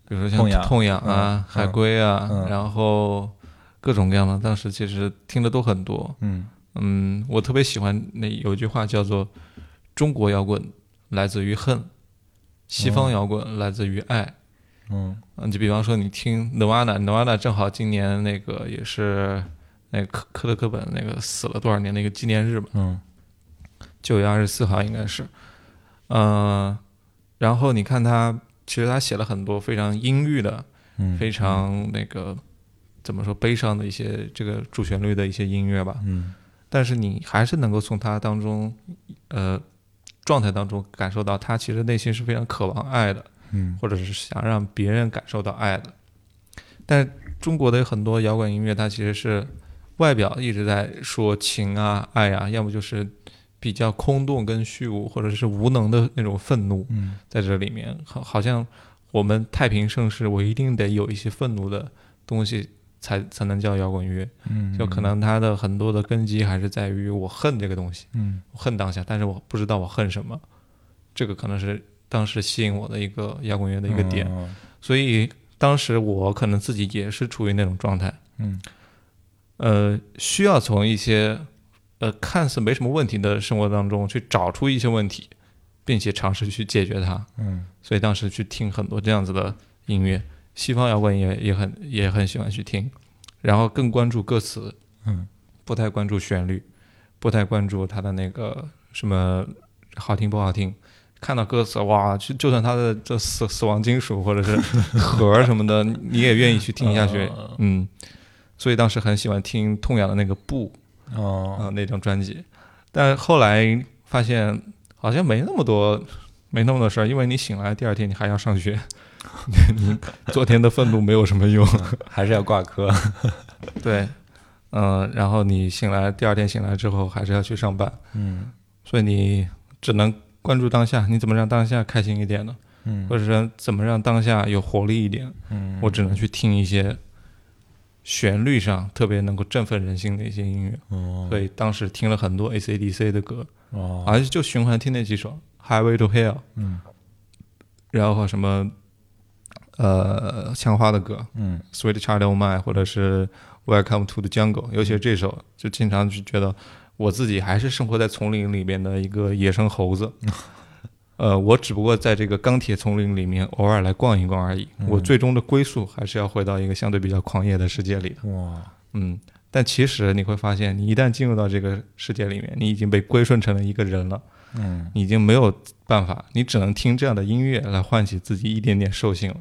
S2: 比如说像
S3: 痛痒
S2: 痛痒
S3: 嗯嗯
S2: 啊、海龟啊，
S3: 嗯
S2: 然后各种各样的，当时其实听的都很多。
S3: 嗯
S2: 嗯，我特别喜欢那有一句话叫做“中国摇滚来自于恨，西方摇滚来自于爱”
S3: 嗯
S2: 嗯，就比方说你听 Nirvana，Nirvana 正好今年那个也是那个科科特科本那个死了多少年的一个纪念日嘛，
S3: 嗯
S2: 九月二十四号应该是，嗯，然后你看他，其实他写了很多非常阴郁的、
S3: 嗯，
S2: 非常那个怎么说悲伤的一些这个主旋律的一些音乐吧，
S3: 嗯
S2: 但是你还是能够从他当中，呃，状态当中感受到他其实内心是非常渴望爱的，
S3: 嗯
S2: 或者是想让别人感受到爱的。但是中国的很多摇滚音乐，它其实是外表一直在说情啊、爱啊，要么就是比较空洞跟虚无，或者是无能的那种愤怒
S3: 嗯
S2: 在这里面，好好像我们太平盛世，我一定得有一些愤怒的东西才才能叫摇滚乐。
S3: 嗯，
S2: 就可能它的很多的根基还是在于我恨这个东西，
S3: 嗯
S2: 我恨当下，但是我不知道我恨什么，这个可能是当时吸引我的一个摇滚乐的一个点，，
S3: 嗯
S2: 所以当时我可能自己也是处于那种状态，
S3: 嗯
S2: 呃，需要从一些呃看似没什么问题的生活当中去找出一些问题，并且尝试去解决它，
S3: 嗯
S2: 所以当时去听很多这样子的音乐，西方摇滚也也很也很喜欢去听，然后更关注歌词，
S3: 嗯
S2: 不太关注旋律，不太关注它的那个什么好听不好听。看到歌词，哇，就就算它的这死死亡金属或者是 盒儿什么的，你也愿意去听下去
S3: 呃。
S2: 嗯，所以当时很喜欢听痛痒的那个不啊、
S3: 哦，
S2: 那张专辑，但后来发现好像没那么多。没那么多事儿，因为你醒来第二天你还要上学， 你昨天的愤怒没有什么用。
S3: 还是要挂科。
S2: 对，嗯、然后你醒来，第二天醒来之后还是要去上班，
S3: 嗯
S2: 所以你只能关注当下，你怎么让当下开心一点呢？
S3: 嗯
S2: 或者说怎么让当下有活力一点？
S3: 嗯
S2: 我只能去听一些旋律上特别能够振奋人心的一些音乐。
S3: 哦
S2: 所以当时听了很多 AC/DC 的歌，
S3: 哦
S2: 好像就循环听那几首《Highway to Hell》，
S3: 嗯
S2: 然后什么呃枪花的歌，
S3: 嗯
S2: Sweet Child O' Mine，或者是 Welcome to the Jungle，尤其是这首，就经常就觉得我自己还是生活在丛林里面的一个野生猴 子。呃，我只不过在这个钢铁丛林里面偶尔来逛一逛而已。
S3: 嗯
S2: 我最终的归宿还是要回到一个相对比较狂野的世界里的。
S3: 哇
S2: 嗯，但其实你会发现，你一旦进入到这个世界里面，你已经被归顺成了一个人了，
S3: 嗯
S2: 你已经没有办法，你只能听这样的音乐来唤起自己一点点兽性了。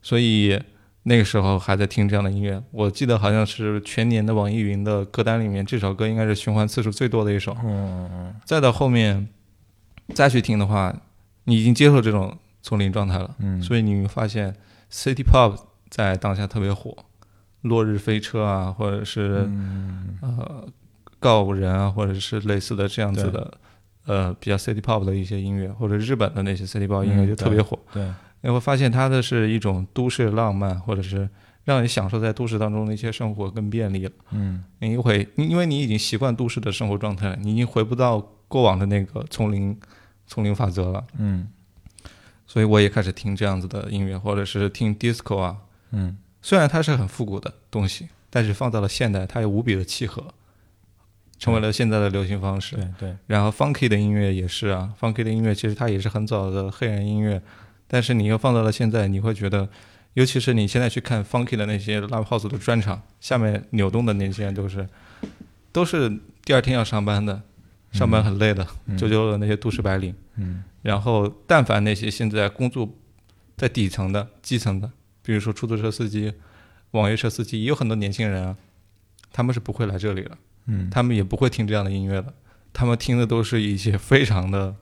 S2: 所以那个时候还在听这样的音乐，我记得好像是全年的网易云的歌单里面，这首歌应该是循环次数最多的一首。
S3: 嗯
S2: 再到后面再去听的话，你已经接受这种丛林状态了，
S3: 嗯
S2: 所以你会发现 City Pop 在当下特别火，《落日飞车》啊，或者是、
S3: 嗯
S2: 呃告五人啊，或者是类似的这样子
S3: 对
S2: 的，呃，比较 city pop 的一些音乐，或者日本的那些 city pop 音乐
S3: 嗯
S2: 就特别火。
S3: 对
S2: 你会发现它的是一种都市浪漫，或者是让你享受在都市当中的一些生活更便利了。
S3: 嗯
S2: 你会，你因为你已经习惯都市的生活状态了，你已经回不到过往的那个丛林丛林法则了。
S3: 嗯
S2: 所以我也开始听这样子的音乐，或者是听 disco 啊。
S3: 嗯
S2: 虽然它是很复古的东西，但是放到了现代，它也无比的契合。成为了现在的流行方式。
S3: 对对，
S2: 然后 funky 的音乐也是啊，funky 的音乐其实它也是很早的黑人音乐，但是你又放到了现在，你会觉得，尤其是你现在去看 funky 的那些 live house 的专场，下面扭动的那些人都是，都是第二天要上班的，上班很累的，
S3: 嗯
S2: 九九的那些都市白领，
S3: 嗯
S2: 然后但凡那些现在工作在底层的、基层的，比如说出租车司机、网约车司机，也有很多年轻人啊，他们是不会来这里了。
S3: 嗯，
S2: 他们也不会听这样的音乐的，他们听的都是一些非常的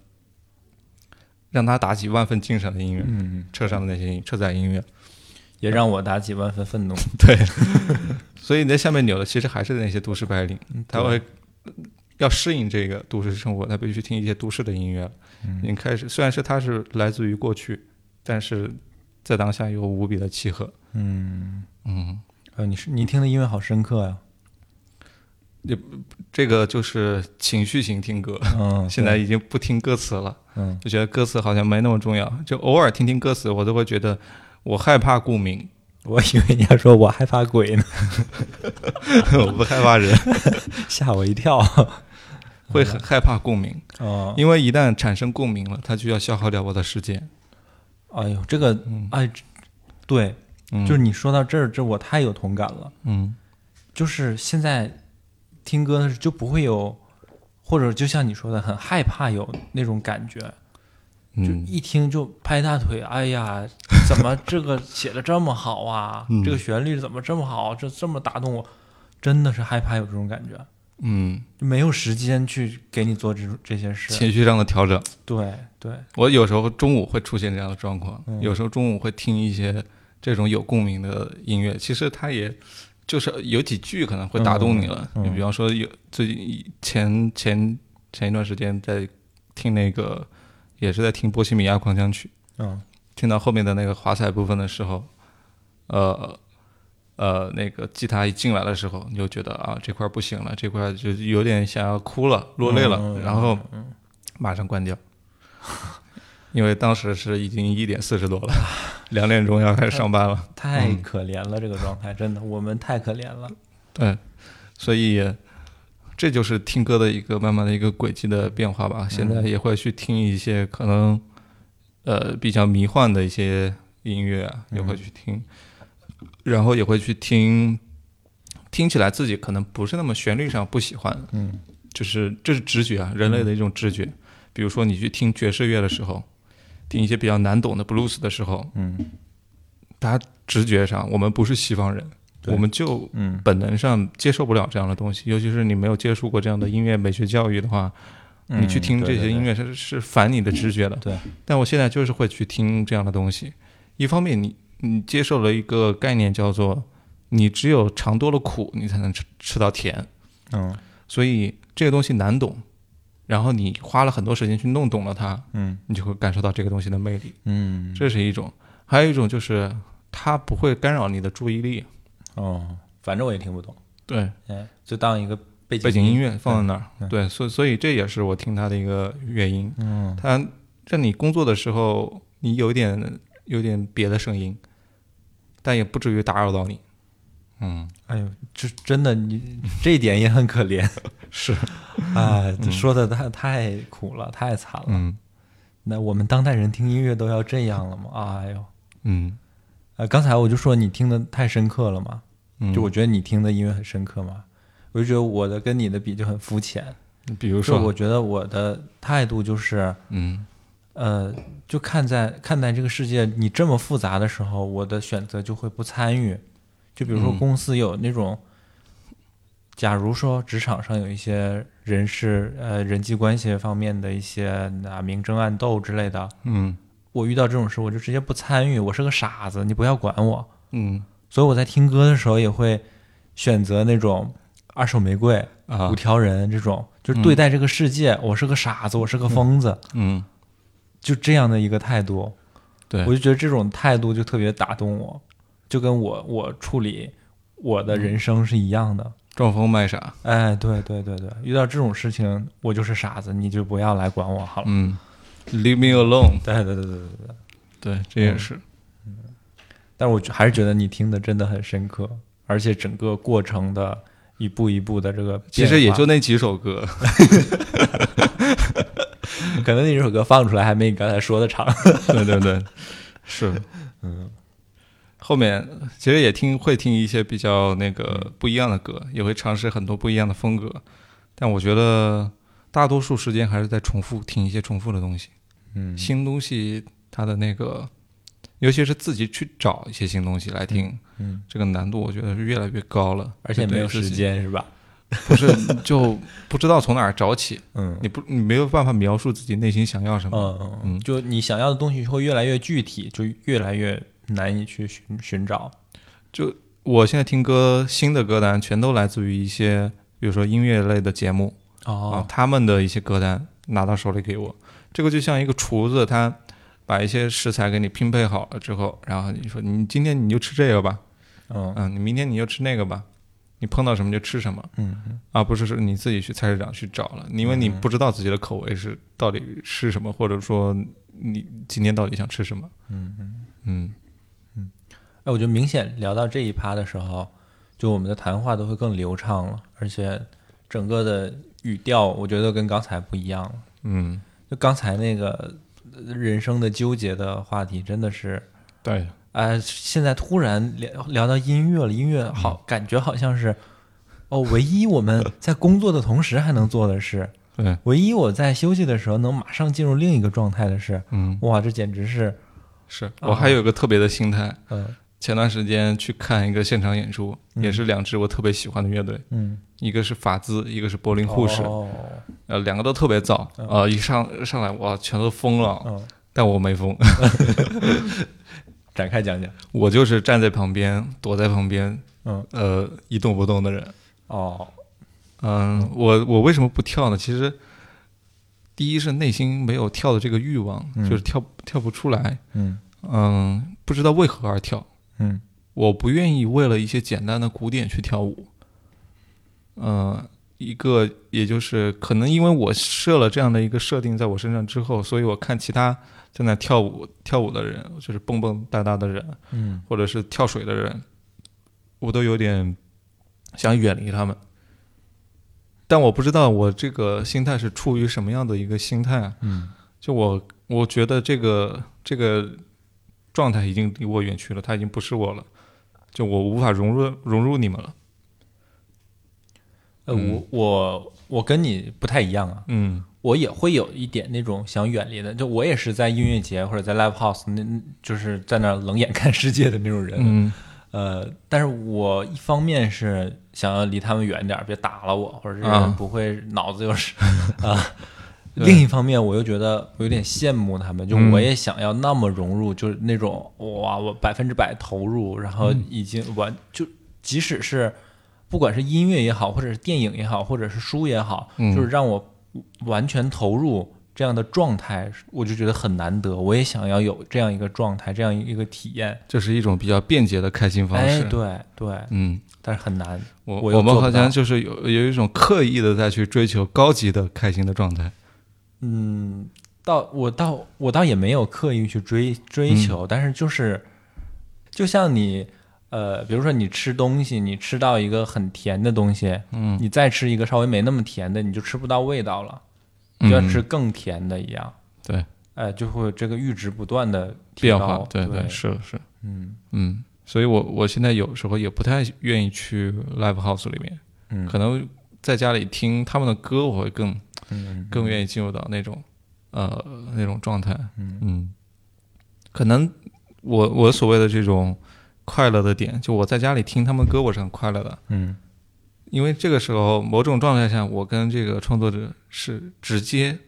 S2: 让他打起万分精神的音乐，
S3: 嗯
S2: 车上的那些音车载音乐。
S3: 也让我打起万分愤怒。
S2: 所以你在下面扭的其实还是那些都市白领，
S3: 嗯
S2: 他会呃要适应这个都市生活，他必须听一些都市的音乐了。
S3: 嗯
S2: 你开始虽然是它是来自于过去，但是在当下又无比的契合。
S3: 嗯，
S2: 嗯，
S3: 呃，你是你听的音乐好深刻 呀。
S2: 这个就是情绪型听歌，
S3: 嗯，
S2: 现在已经不听歌词了。
S3: 嗯
S2: 就觉得歌词好像没那么重要，就偶尔听听歌词，我都会觉得我害怕顾名，
S3: 我以为你要说我害怕鬼呢，
S2: 我不害怕人，
S3: 吓我一跳。
S2: 会很害怕共鸣，
S3: 哦，
S2: 因为一旦产生共鸣了，它就要消耗掉我的时间。
S3: 哎呦，这个
S2: 嗯，
S3: 哎，这对，
S2: 嗯
S3: 就是你说到这儿，这我太有同感了。
S2: 嗯
S3: 就是现在听歌的时候就不会有，或者就像你说的，很害怕有那种感觉，就
S2: 嗯
S3: 一听就拍大腿，哎 呀，怎么这个写的这么好啊？
S2: 嗯
S3: 这个旋律怎么这么好？这这么打动我，真的是害怕有这种感觉，
S2: 嗯，
S3: 就没有时间去给你做这种这些事。
S2: 情绪上的调整，
S3: 对对，
S2: 我有时候中午会出现这样的状况，
S3: 嗯
S2: 有时候中午会听一些这种有共鸣的音乐，其实它也。就是有几句可能会打动你了，
S3: 嗯嗯
S2: 你比方说有最近前前前一段时间在听那个，也是在听《波西米亚狂想曲》，
S3: 嗯
S2: 听到后面的那个华彩部分的时候，呃呃，那个吉他一进来的时候，你就觉得啊，这块儿不行了，这块儿就有点想要哭了，落泪了，
S3: 嗯嗯
S2: 然后马上 关掉，因为当时是已经一点四十多了，两点钟要开始上班
S3: 嗯
S2: 了，
S3: 太可怜了，这个状 态真的，我们太可怜了。
S2: 对，所以。这就是听歌的一个慢慢的一个轨迹的变化
S3: 嗯
S2: 吧。现在也会去听一些可能，呃，比较迷幻的一些音乐啊，
S3: 嗯
S2: 也会去听，然后也会去听，听起来自己可能不是那么旋律上不喜欢，
S3: 嗯
S2: 就是这是直觉啊，人类的一种直觉。比如说你去听爵士乐的时候，听一些比较难懂的 blues 的时候，
S3: 嗯
S2: 大家直觉上我们不是西方人，
S3: 对
S2: 我们就
S3: 嗯
S2: 本能上接受不了这样的东西，尤其是你没有接触过这样的音乐美学教育的话，
S3: 嗯
S2: 你去听这些音乐
S3: 乐，
S2: 它是是反你的直觉的。
S3: 嗯对，
S2: 但我现在就是会去听这样的东西。一方面你，你接受了一个概念叫做，你只有尝多了苦，你才能吃吃到甜，
S3: 嗯
S2: 所以这个东西难懂。然后你花了很多时间去弄懂了它，
S3: 嗯
S2: 你就会感受到这个东西的魅力，
S3: 嗯，
S2: 这是一种。还有一种就是它不会干扰你的注意力，
S3: 哦，反正我也听不懂，
S2: 对，
S3: 哎，就当一个背景
S2: 背景音乐放在那
S3: 对
S2: 儿，对，所以所以这也是我听它的一个原因。
S3: 嗯
S2: 它让你工作的时候，你有一点有点别的声音，但也不至于打扰到你。嗯，
S3: 哎呦，这真的，你这一点也很可 怜
S2: 是，
S3: 啊！这说的太太苦了，太惨了。
S2: 嗯
S3: 那我们当代人听音乐都要这样了吗？哎呦，
S2: 嗯
S3: 呃，刚才我就说你听的太深刻了嘛，
S2: 嗯，
S3: 就我觉得你听的音乐很深刻嘛，我就觉得我的跟你的比就很肤浅。
S2: 比如
S3: 就
S2: 说，
S3: 我觉得我的态度就是，
S2: 嗯
S3: 呃，就看在看待这个世界你这么复杂的时候，我的选择就会不参与。就比如说
S2: 嗯
S3: 公司有那种，假如说职场上有一些人事呃人际关系方面的一些啊明争暗斗之类的，
S2: 嗯
S3: 我遇到这种事我就直接不参与，我是个傻子，你不要管我。
S2: 嗯
S3: 所以我在听歌的时候也会选择那种二手玫瑰、
S2: 啊
S3: 五条人这种，就是对待这个世界，我是个傻子，我是个疯子，
S2: 嗯，
S3: 就这样的一个态度。
S2: 对
S3: 我，就觉得这种态度就特别打动我，就跟我我处理我的人生是一样的。
S2: 装疯卖傻。
S3: 哎，对对对对，遇到这种事情，我就是傻子，你就不要来管我好了。
S2: 嗯，Leave me alone。
S3: 对对对对对对，
S2: 对，嗯这也是。
S3: 但我还是觉得你听的真的很深刻，而且整个过程的一步一步的这个变化。
S2: 其实也就那几首歌，
S3: 可能那首歌放出来还没你刚才说的 长。
S2: 对 对对，是，
S3: 嗯，
S2: 后面其实也听会听一些比较那个
S3: 嗯
S2: 不一样的歌，也会尝试很多不一样的风格，但我觉得大多数时间还是在重复听一些重复的东西。
S3: 嗯
S2: 新东西它的那个，尤其是自己去找一些新东西来听，
S3: 嗯，
S2: 这个难度我觉得是越来越高了，
S3: 而且没有
S2: 对
S3: 时
S2: 自己，
S3: 间是吧？
S2: 不是就不知道从哪儿找起，
S3: 嗯
S2: 你不你没有办法描述自己内心想要什么，
S3: 嗯嗯，
S2: 嗯
S3: 就你想要的东西会越来越具体，就越来越难以去寻寻找。
S2: 就我现在听歌新的歌单全都来自于一些，比如说音乐类的节目，啊
S3: 哦，，
S2: 他们的一些歌单拿到手里给我，这个就像一个厨子，他把一些食材给你拼配好了之后，然后你说你今天你就吃这个吧，
S3: 嗯
S2: 嗯，你明天你就吃那个吧，你碰到什么就吃什么，
S3: 嗯嗯
S2: 而、不是说你自己去菜市场去找了，因为你
S3: 嗯
S2: 不知道自己的口味是到底是什么，或者说你今天到底想吃什么，
S3: 嗯嗯。
S2: 嗯，
S3: 哎，我觉得明显聊到这一趴的时候，就我们的谈话都会更流畅了，而且整个的语调，我觉得跟刚才不一样了。
S2: 嗯，
S3: 就刚才那个呃人生的纠结的话题，真的是，
S2: 对，
S3: 哎，现在突然聊聊到音乐了，音乐好，感觉好像是，哦，唯一我们在工作的同时还能做的事，
S2: 对，
S3: 唯一我在休息的时候能马上进入另一个状态的事，
S2: 嗯，
S3: 哇，这简直是，
S2: 是
S3: 啊
S2: 我还有一个特别的心态，
S3: 嗯
S2: 前段时间去看一个现场演出，也是两支我特别喜欢的乐队。
S3: 嗯，
S2: 一个是法兹，一个是柏林护士，
S3: 哦，
S2: 呃，两个都特别燥，呃，一上上来哇，全都疯了，
S3: 嗯，
S2: 但我没疯，
S3: 展开讲讲，
S2: 我就是站在旁边，躲在旁边，
S3: 嗯，
S2: 呃，一动不动的人。
S3: 哦。
S2: 嗯，我我为什么不跳呢？其实，第一是内心没有跳的这个欲望，
S3: 嗯
S2: 就是跳跳不出来，
S3: 嗯
S2: 嗯，不知道为何而跳，
S3: 嗯
S2: 我不愿意为了一些简单的鼓点去跳舞。嗯，一个也就是可能因为我设了这样的一个设定在我身上之后，所以我看其他在那跳舞跳舞的人，就是蹦蹦哒哒的人，
S3: 嗯
S2: 或者是跳水的人，我都有点想远离他们。但我不知道我这个心态是出于什么样的一个心态啊？
S3: 嗯
S2: 就我我觉得这个这个状态已经离我远去了，他已经不是我了，就我无法融入融入你们了。
S3: 呃，
S2: 嗯
S3: 我我我跟你不太一样啊，
S2: 嗯
S3: 我也会有一点那种想远离的，就我也是在音乐节或者在 live house 那，就是在那儿冷眼看世界的那种人。啊
S2: 嗯
S3: 呃，但是我一方面是想要离他们远点儿，别打了我，或者是
S2: 啊
S3: 不会脑子 又是啊。
S2: 对
S3: 另一方面，我又觉得我有点羡慕他们，就
S2: 嗯
S3: 我也想要那么融入，就是那种哇，我百分之百投入，然后已经完，就即使是不管是音乐也好，或者是电影也好，或者是书也好，
S2: 嗯
S3: 就是让我完全投入这样的状态，我就觉得很难得。我也想要有这样一个状态，这样一个体验。
S2: 这是一种比较便捷的开心方
S3: 哎
S2: 式。，
S3: 对对，
S2: 嗯，
S3: 但是很难。
S2: 我
S3: 我又
S2: 我们
S3: 做不
S2: 好
S3: 到
S2: 像就是有有一种刻意的在去追求高级的开心的状态。
S3: 嗯，倒我倒我倒也没有刻意去追追求，但是就是，就像你呃，比如说你吃东西，你吃到一个很甜的东西，
S2: 嗯，
S3: 你再吃一个稍微没那么甜的，你就吃不到味道了，你
S2: 嗯
S3: 就要吃更甜的一样。
S2: 对
S3: 呃，就会有这个阈值不断的
S2: 变化，
S3: 对
S2: 对，是是，
S3: 嗯
S2: 嗯，所以我我现在有时候也不太愿意去 live house 里面，
S3: 嗯
S2: 可能在家里听他们的歌，我会更
S3: 嗯
S2: 更愿意进入到那种呃那种状态。
S3: 嗯
S2: 可能我我所谓的这种快乐的点，就我在家里听他们歌，我是很快乐的，
S3: 嗯
S2: 因为这个时候某种状态下，我跟这个创作者是直接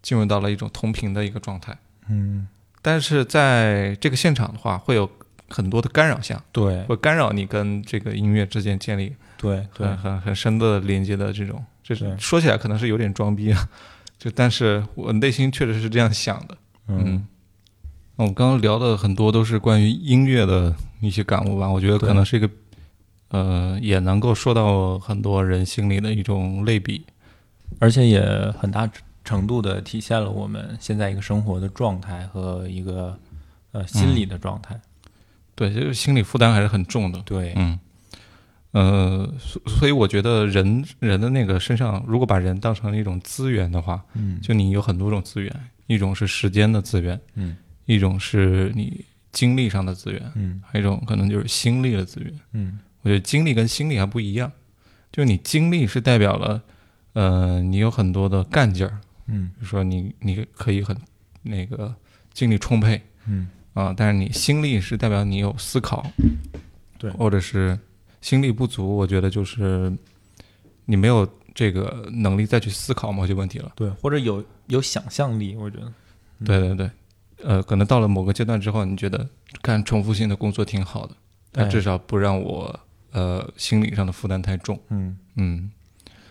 S2: 进入到了一种同频的一个状态。
S3: 嗯，
S2: 但是在这个现场的话，会有很多的干扰项，
S3: 对
S2: 会干扰你跟这个音乐之间建立
S3: 对对
S2: 很，很很深的连接的这种。这
S3: 对
S2: 是说起来可能是有点装逼啊，就但是我内心确实是这样想的。
S3: 嗯，
S2: 那哦我们刚刚聊的很多都是关于音乐的一些感悟吧，我觉得
S3: 对
S2: 可能是一个，呃，也能够说到很多人心里的一种类比。
S3: 而且也很大程度的体现了我们现在一个生活的状态和一个呃心理的状态。
S2: 嗯对，就是心理负担还是很重的。
S3: 对，
S2: 嗯，嗯、呃，所所以我觉得人人的那个身上，如果把人当成一种资源的话，
S3: 嗯
S2: 就你有很多种资源，一种是时间的资源，
S3: 嗯
S2: 一种是你精力上的资源，
S3: 嗯
S2: 还有一种可能就是心力的资源。
S3: 嗯
S2: 我觉得精力跟心力还不一样，就你精力是代表了，呃，你有很多的干劲儿，
S3: 嗯
S2: 比如说你你可以很那个精力充沛
S3: 嗯
S2: 啊、但是你心力是代表你有思考，
S3: 对
S2: 或者是心力不足，我觉得就是你没有这个能力再去思考某些问题了。
S3: 对，或者有有想象力，我觉得嗯
S2: 对对对，呃，可能到了某个阶段之后，你觉得干重复性的工作挺好的，但
S3: 哎
S2: 至少不让我呃心理上的负担太重。
S3: 嗯
S2: 嗯，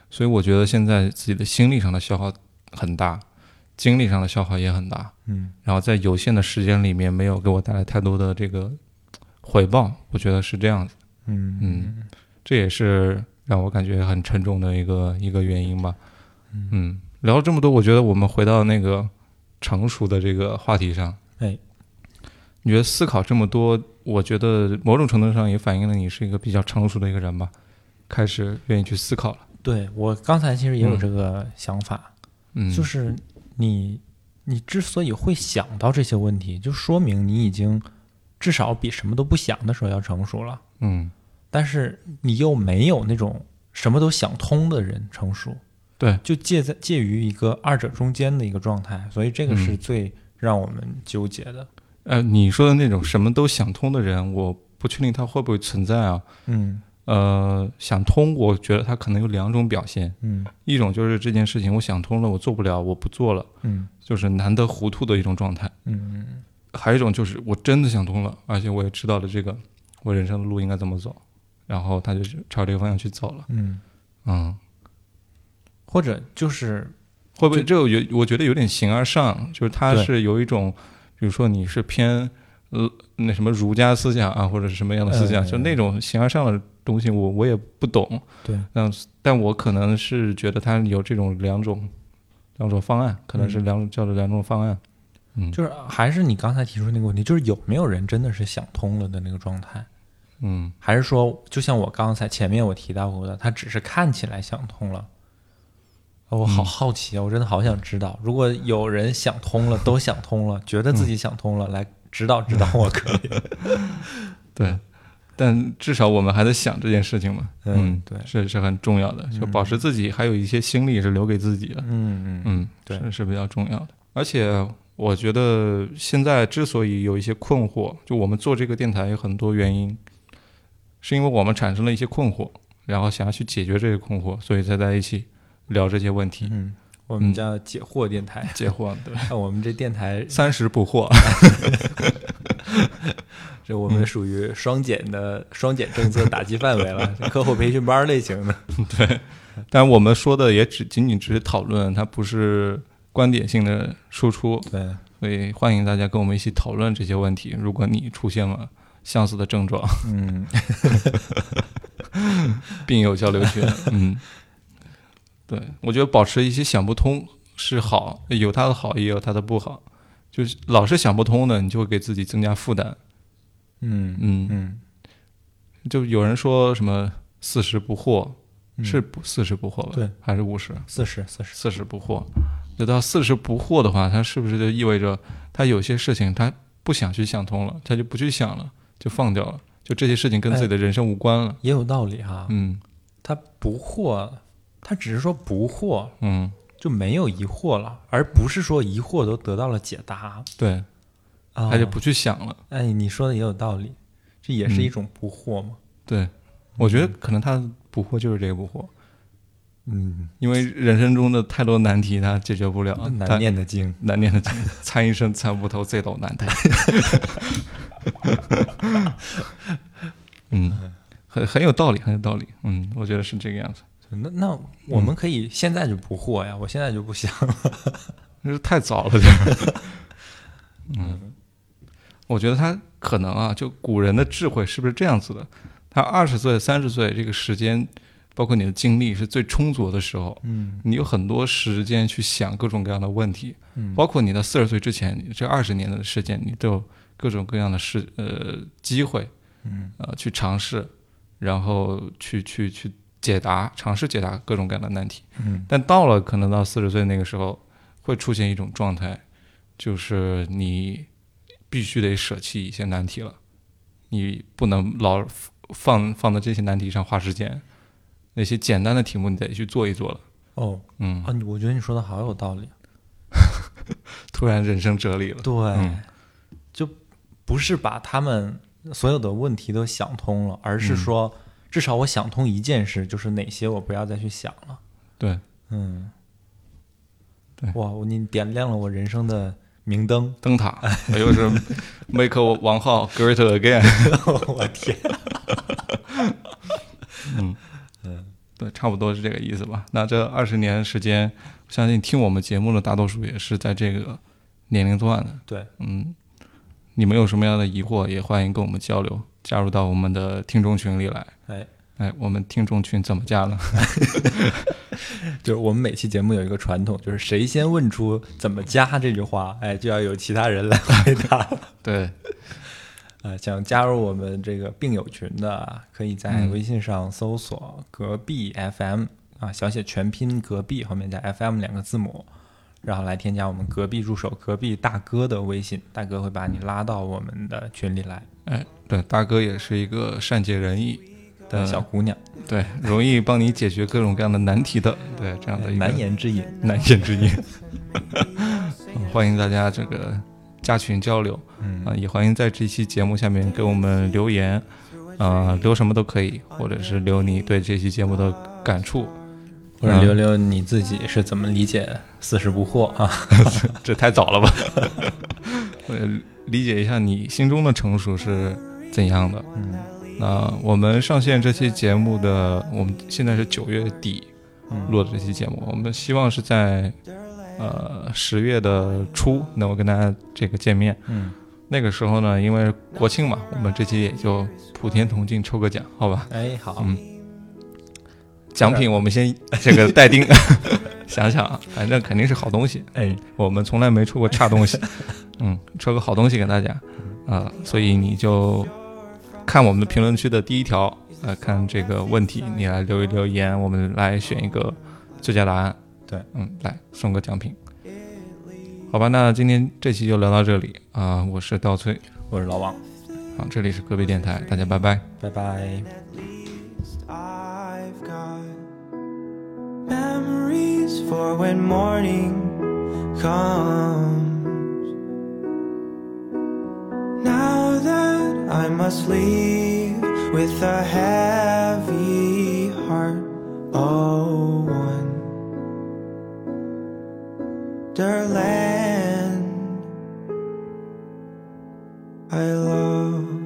S2: 所以我觉得现在自己的心力上的消耗很大，精力上的消耗也很大，
S3: 嗯
S2: 然后在有限的时间里面没有给我带来太多的这个回报，我觉得是这样子，
S3: 嗯
S2: 嗯这也是让我感觉很沉重的一个一个原因吧。嗯，聊了这么多，我觉得我们回到那个成熟的这个话题上。
S3: 哎，
S2: 你觉得思考这么多，我觉得某种程度上也反映了你是一个比较成熟的一个人吧，开始愿意去思考了。
S3: 对我刚才其实也有这个想法，
S2: 嗯，
S3: 就是你你之所以会想到这些问题，就说明你已经至少比什么都不想的时候要成熟了，
S2: 嗯，
S3: 但是你又没有那种什么都想通的人成熟，
S2: 对，
S3: 就介在介于一个二者中间的一个状态，所以这个是
S2: 嗯
S3: 最让我们纠结的。
S2: 呃，你说的那种什么都想通的人，我不确定他会不会存在啊。
S3: 嗯
S2: 呃，想通，我觉得他可能有两种表现，
S3: 嗯
S2: 一种就是这件事情我想通了，我做不了，我不做了，
S3: 嗯
S2: 就是难得糊涂的一种状态；
S3: 嗯
S2: 还有一种就是我真的想通了，而且我也知道了这个我人生的路应该怎么走，然后他就是朝这个方向去走了。
S3: 嗯，
S2: 嗯，
S3: 或者就是
S2: 会不会这个有？我觉得有点形而上，就是他
S3: 对
S2: 是有一种，比如说你是偏呃那什么儒家思想啊，或者是什么样的思想，
S3: 嗯
S2: 就那种形而上的东西我，我也不懂。
S3: 对，
S2: 但但我可能是觉得他有这种两种两种方案，可能是
S3: 嗯
S2: 两种叫做两种方案。嗯，
S3: 就是还是你刚才提出那个问题，就是有没有人真的是想通了的那个状态？
S2: 嗯
S3: 还是说，就像我刚才前面我提到过的，他只是看起来想通了。哦我好
S2: 嗯
S3: 好奇啊，我真的好想知道，如果有人想通了，都想通了，觉得自己想通了，来指导指导我可 以。
S2: 对。但至少我们还在想这件事情嘛，
S3: 嗯对
S2: 是是很重要的，就保持自己还有一些心力是留给自己的，
S3: 嗯嗯
S2: 嗯，
S3: 对
S2: 是是比较重要的。而且我觉得现在之所以有一些困惑，就我们做这个电台有很多原因，是因为我们产生了一些困惑，然后想要去解决这些困惑，所以才在一起聊这些问题，
S3: 嗯，嗯我们叫解惑电 台，
S2: 解惑。对，
S3: 那我们这电台，
S2: 三十不惑。
S3: 这我们属于双减的双减政策打击范围了，课后培训班类型的。
S2: 但我们说的也只仅仅只是讨论，它不是观点性的输出，
S3: 对，
S2: 所以欢迎大家跟我们一起讨论这些问题。如果你出现了相似的症状，
S3: 嗯，
S2: 病友交流群，嗯，对，我觉得保持一些想不通是好，有它的好，也有它的不好。就是老是想不通呢，你就会给自己增加负担。
S3: 嗯
S2: 嗯，
S3: 嗯，
S2: 就有人说什么四十不惑，
S3: 嗯
S2: 是不四十不惑吧？
S3: 对，
S2: 还是五十？
S3: 四十四十，
S2: 四十不惑，就到四十不惑的话，他是不是就意味着他有些事情他不想去想通了，他就不去想了，就放掉了，就这些事情跟自
S3: 哎
S2: 己的人生无关了。
S3: 也有道理哈。
S2: 嗯
S3: 他不惑，他只是说不惑，
S2: 嗯，
S3: 就没有疑惑了，而不是说疑惑都得到了解答。
S2: 对，
S3: 啊
S2: 他就不去想了。
S3: 哎，你说的也有道理，这也是一种不惑嘛。
S2: 对，我觉得可能他不惑就是这个不惑，
S3: 嗯，
S2: 因为人生中的太多难题他解决不了，他
S3: 难念的经。
S2: 难念的经，参一生参不透，这斗难抬。 嗯，很很有道理，很有道理。嗯，我觉得是这个样子。
S3: 那那我们可以现在就不惑呀，我现在就不想了。
S2: 那是太早了点儿。 嗯，
S3: 嗯
S2: 我觉得他可能啊，就古人的智慧是不是这样子的？他二十岁、三十岁这个时间，包括你的精力是最充足的时候，
S3: 嗯
S2: 你有很多时间去想各种各样的问题，
S3: 嗯
S2: 包括你到四十岁之前，你这二十年的时间，你都有各种各样的事呃机会
S3: 嗯
S2: 呃去尝试，然后去去去解答，尝试解答各种各样的难题。
S3: 嗯
S2: 但到了可能到四十岁那个时候，会出现一种状态，就是你必须得舍弃一些难题了，你不能老放放到这些难题上花时间，那些简单的题目你得去做一做了。
S3: 哦
S2: 嗯，
S3: 啊，你我觉得你说的好有道理。
S2: 突然人生哲理了。
S3: 对，
S2: 嗯
S3: 就不是把他们所有的问题都想通了，而是说、至少我想通一件事，就是哪些我不要再去想了。
S2: 对，
S3: 嗯，
S2: 对
S3: 哇，你点亮了我人生的明灯。
S2: 灯塔又是 make 王浩 great again。
S3: 我天，
S2: 对，差不多是这个意思吧。那这二十年时间，我相信听我们节目的大多数也是在这个年龄段的。
S3: 对，
S2: 嗯，你们有什么样的疑惑，也欢迎跟我们交流，加入到我们的听众群里来。
S3: 哎，
S2: 哎，我们听众群怎么加 呢？
S3: 就是我们每期节目有一个传统，就是谁先问出怎么加这句话，哎，就要有其他人来回答。
S2: 对，
S3: 呃，想加入我们这个病友群的，可以在
S2: 嗯
S3: 微信上搜索“隔壁 FM”、啊，小写全拼“隔壁”后面加 “FM” 两个字母，然后来添加我们隔壁助手、隔壁大哥的微信，大哥会把你拉到我们的群里来
S2: 哎，对，大哥也是一个善解人意，
S3: 的小姑娘，
S2: 对，容易帮你解决各种各样的难题的，对，这样的一个
S3: 嗯难言之隐。
S2: 难言之 隐、嗯欢迎大家这个加群交流
S3: 嗯
S2: 啊、，也欢迎在这期节目下面给我们留言，啊、留什么都可以，或者是留你对这期节目的感触，嗯
S3: 或者留留你自己是怎么理解“四十不惑”啊？
S2: 这太早 了吧？呃，理解一下你心中的成熟是怎样的。
S3: 嗯
S2: 那我们上线这期节目的，我们现在是九月底
S3: 嗯
S2: 录的这期节目，我们希望是在呃十月的初能够跟大家这个见面。
S3: 嗯，
S2: 那个时候呢，因为国庆嘛，我们这期也就普天同庆抽个奖，好吧？
S3: 哎，好，
S2: 嗯奖品我们先 这个待定， 想想啊，反正肯定是好东西。
S3: 哎，
S2: 我们从来没出过差东 西，嗯，出个好东西给大家，
S3: 嗯
S2: 啊、所以你就看我们的评论区的第一条，呃，看这个问题，你来留一留言，我们来选一个最佳答案，
S3: 对，
S2: 嗯，来送个奖品，好吧，那今天这期就聊到这里啊、我是稻翠，
S3: 我是老王，
S2: 啊，这里是隔壁电台，大家拜拜。
S3: 拜拜。
S1: at least I've got memories for when morning comes. Now that I must leave with a heavy heart, oh, wonderland I love.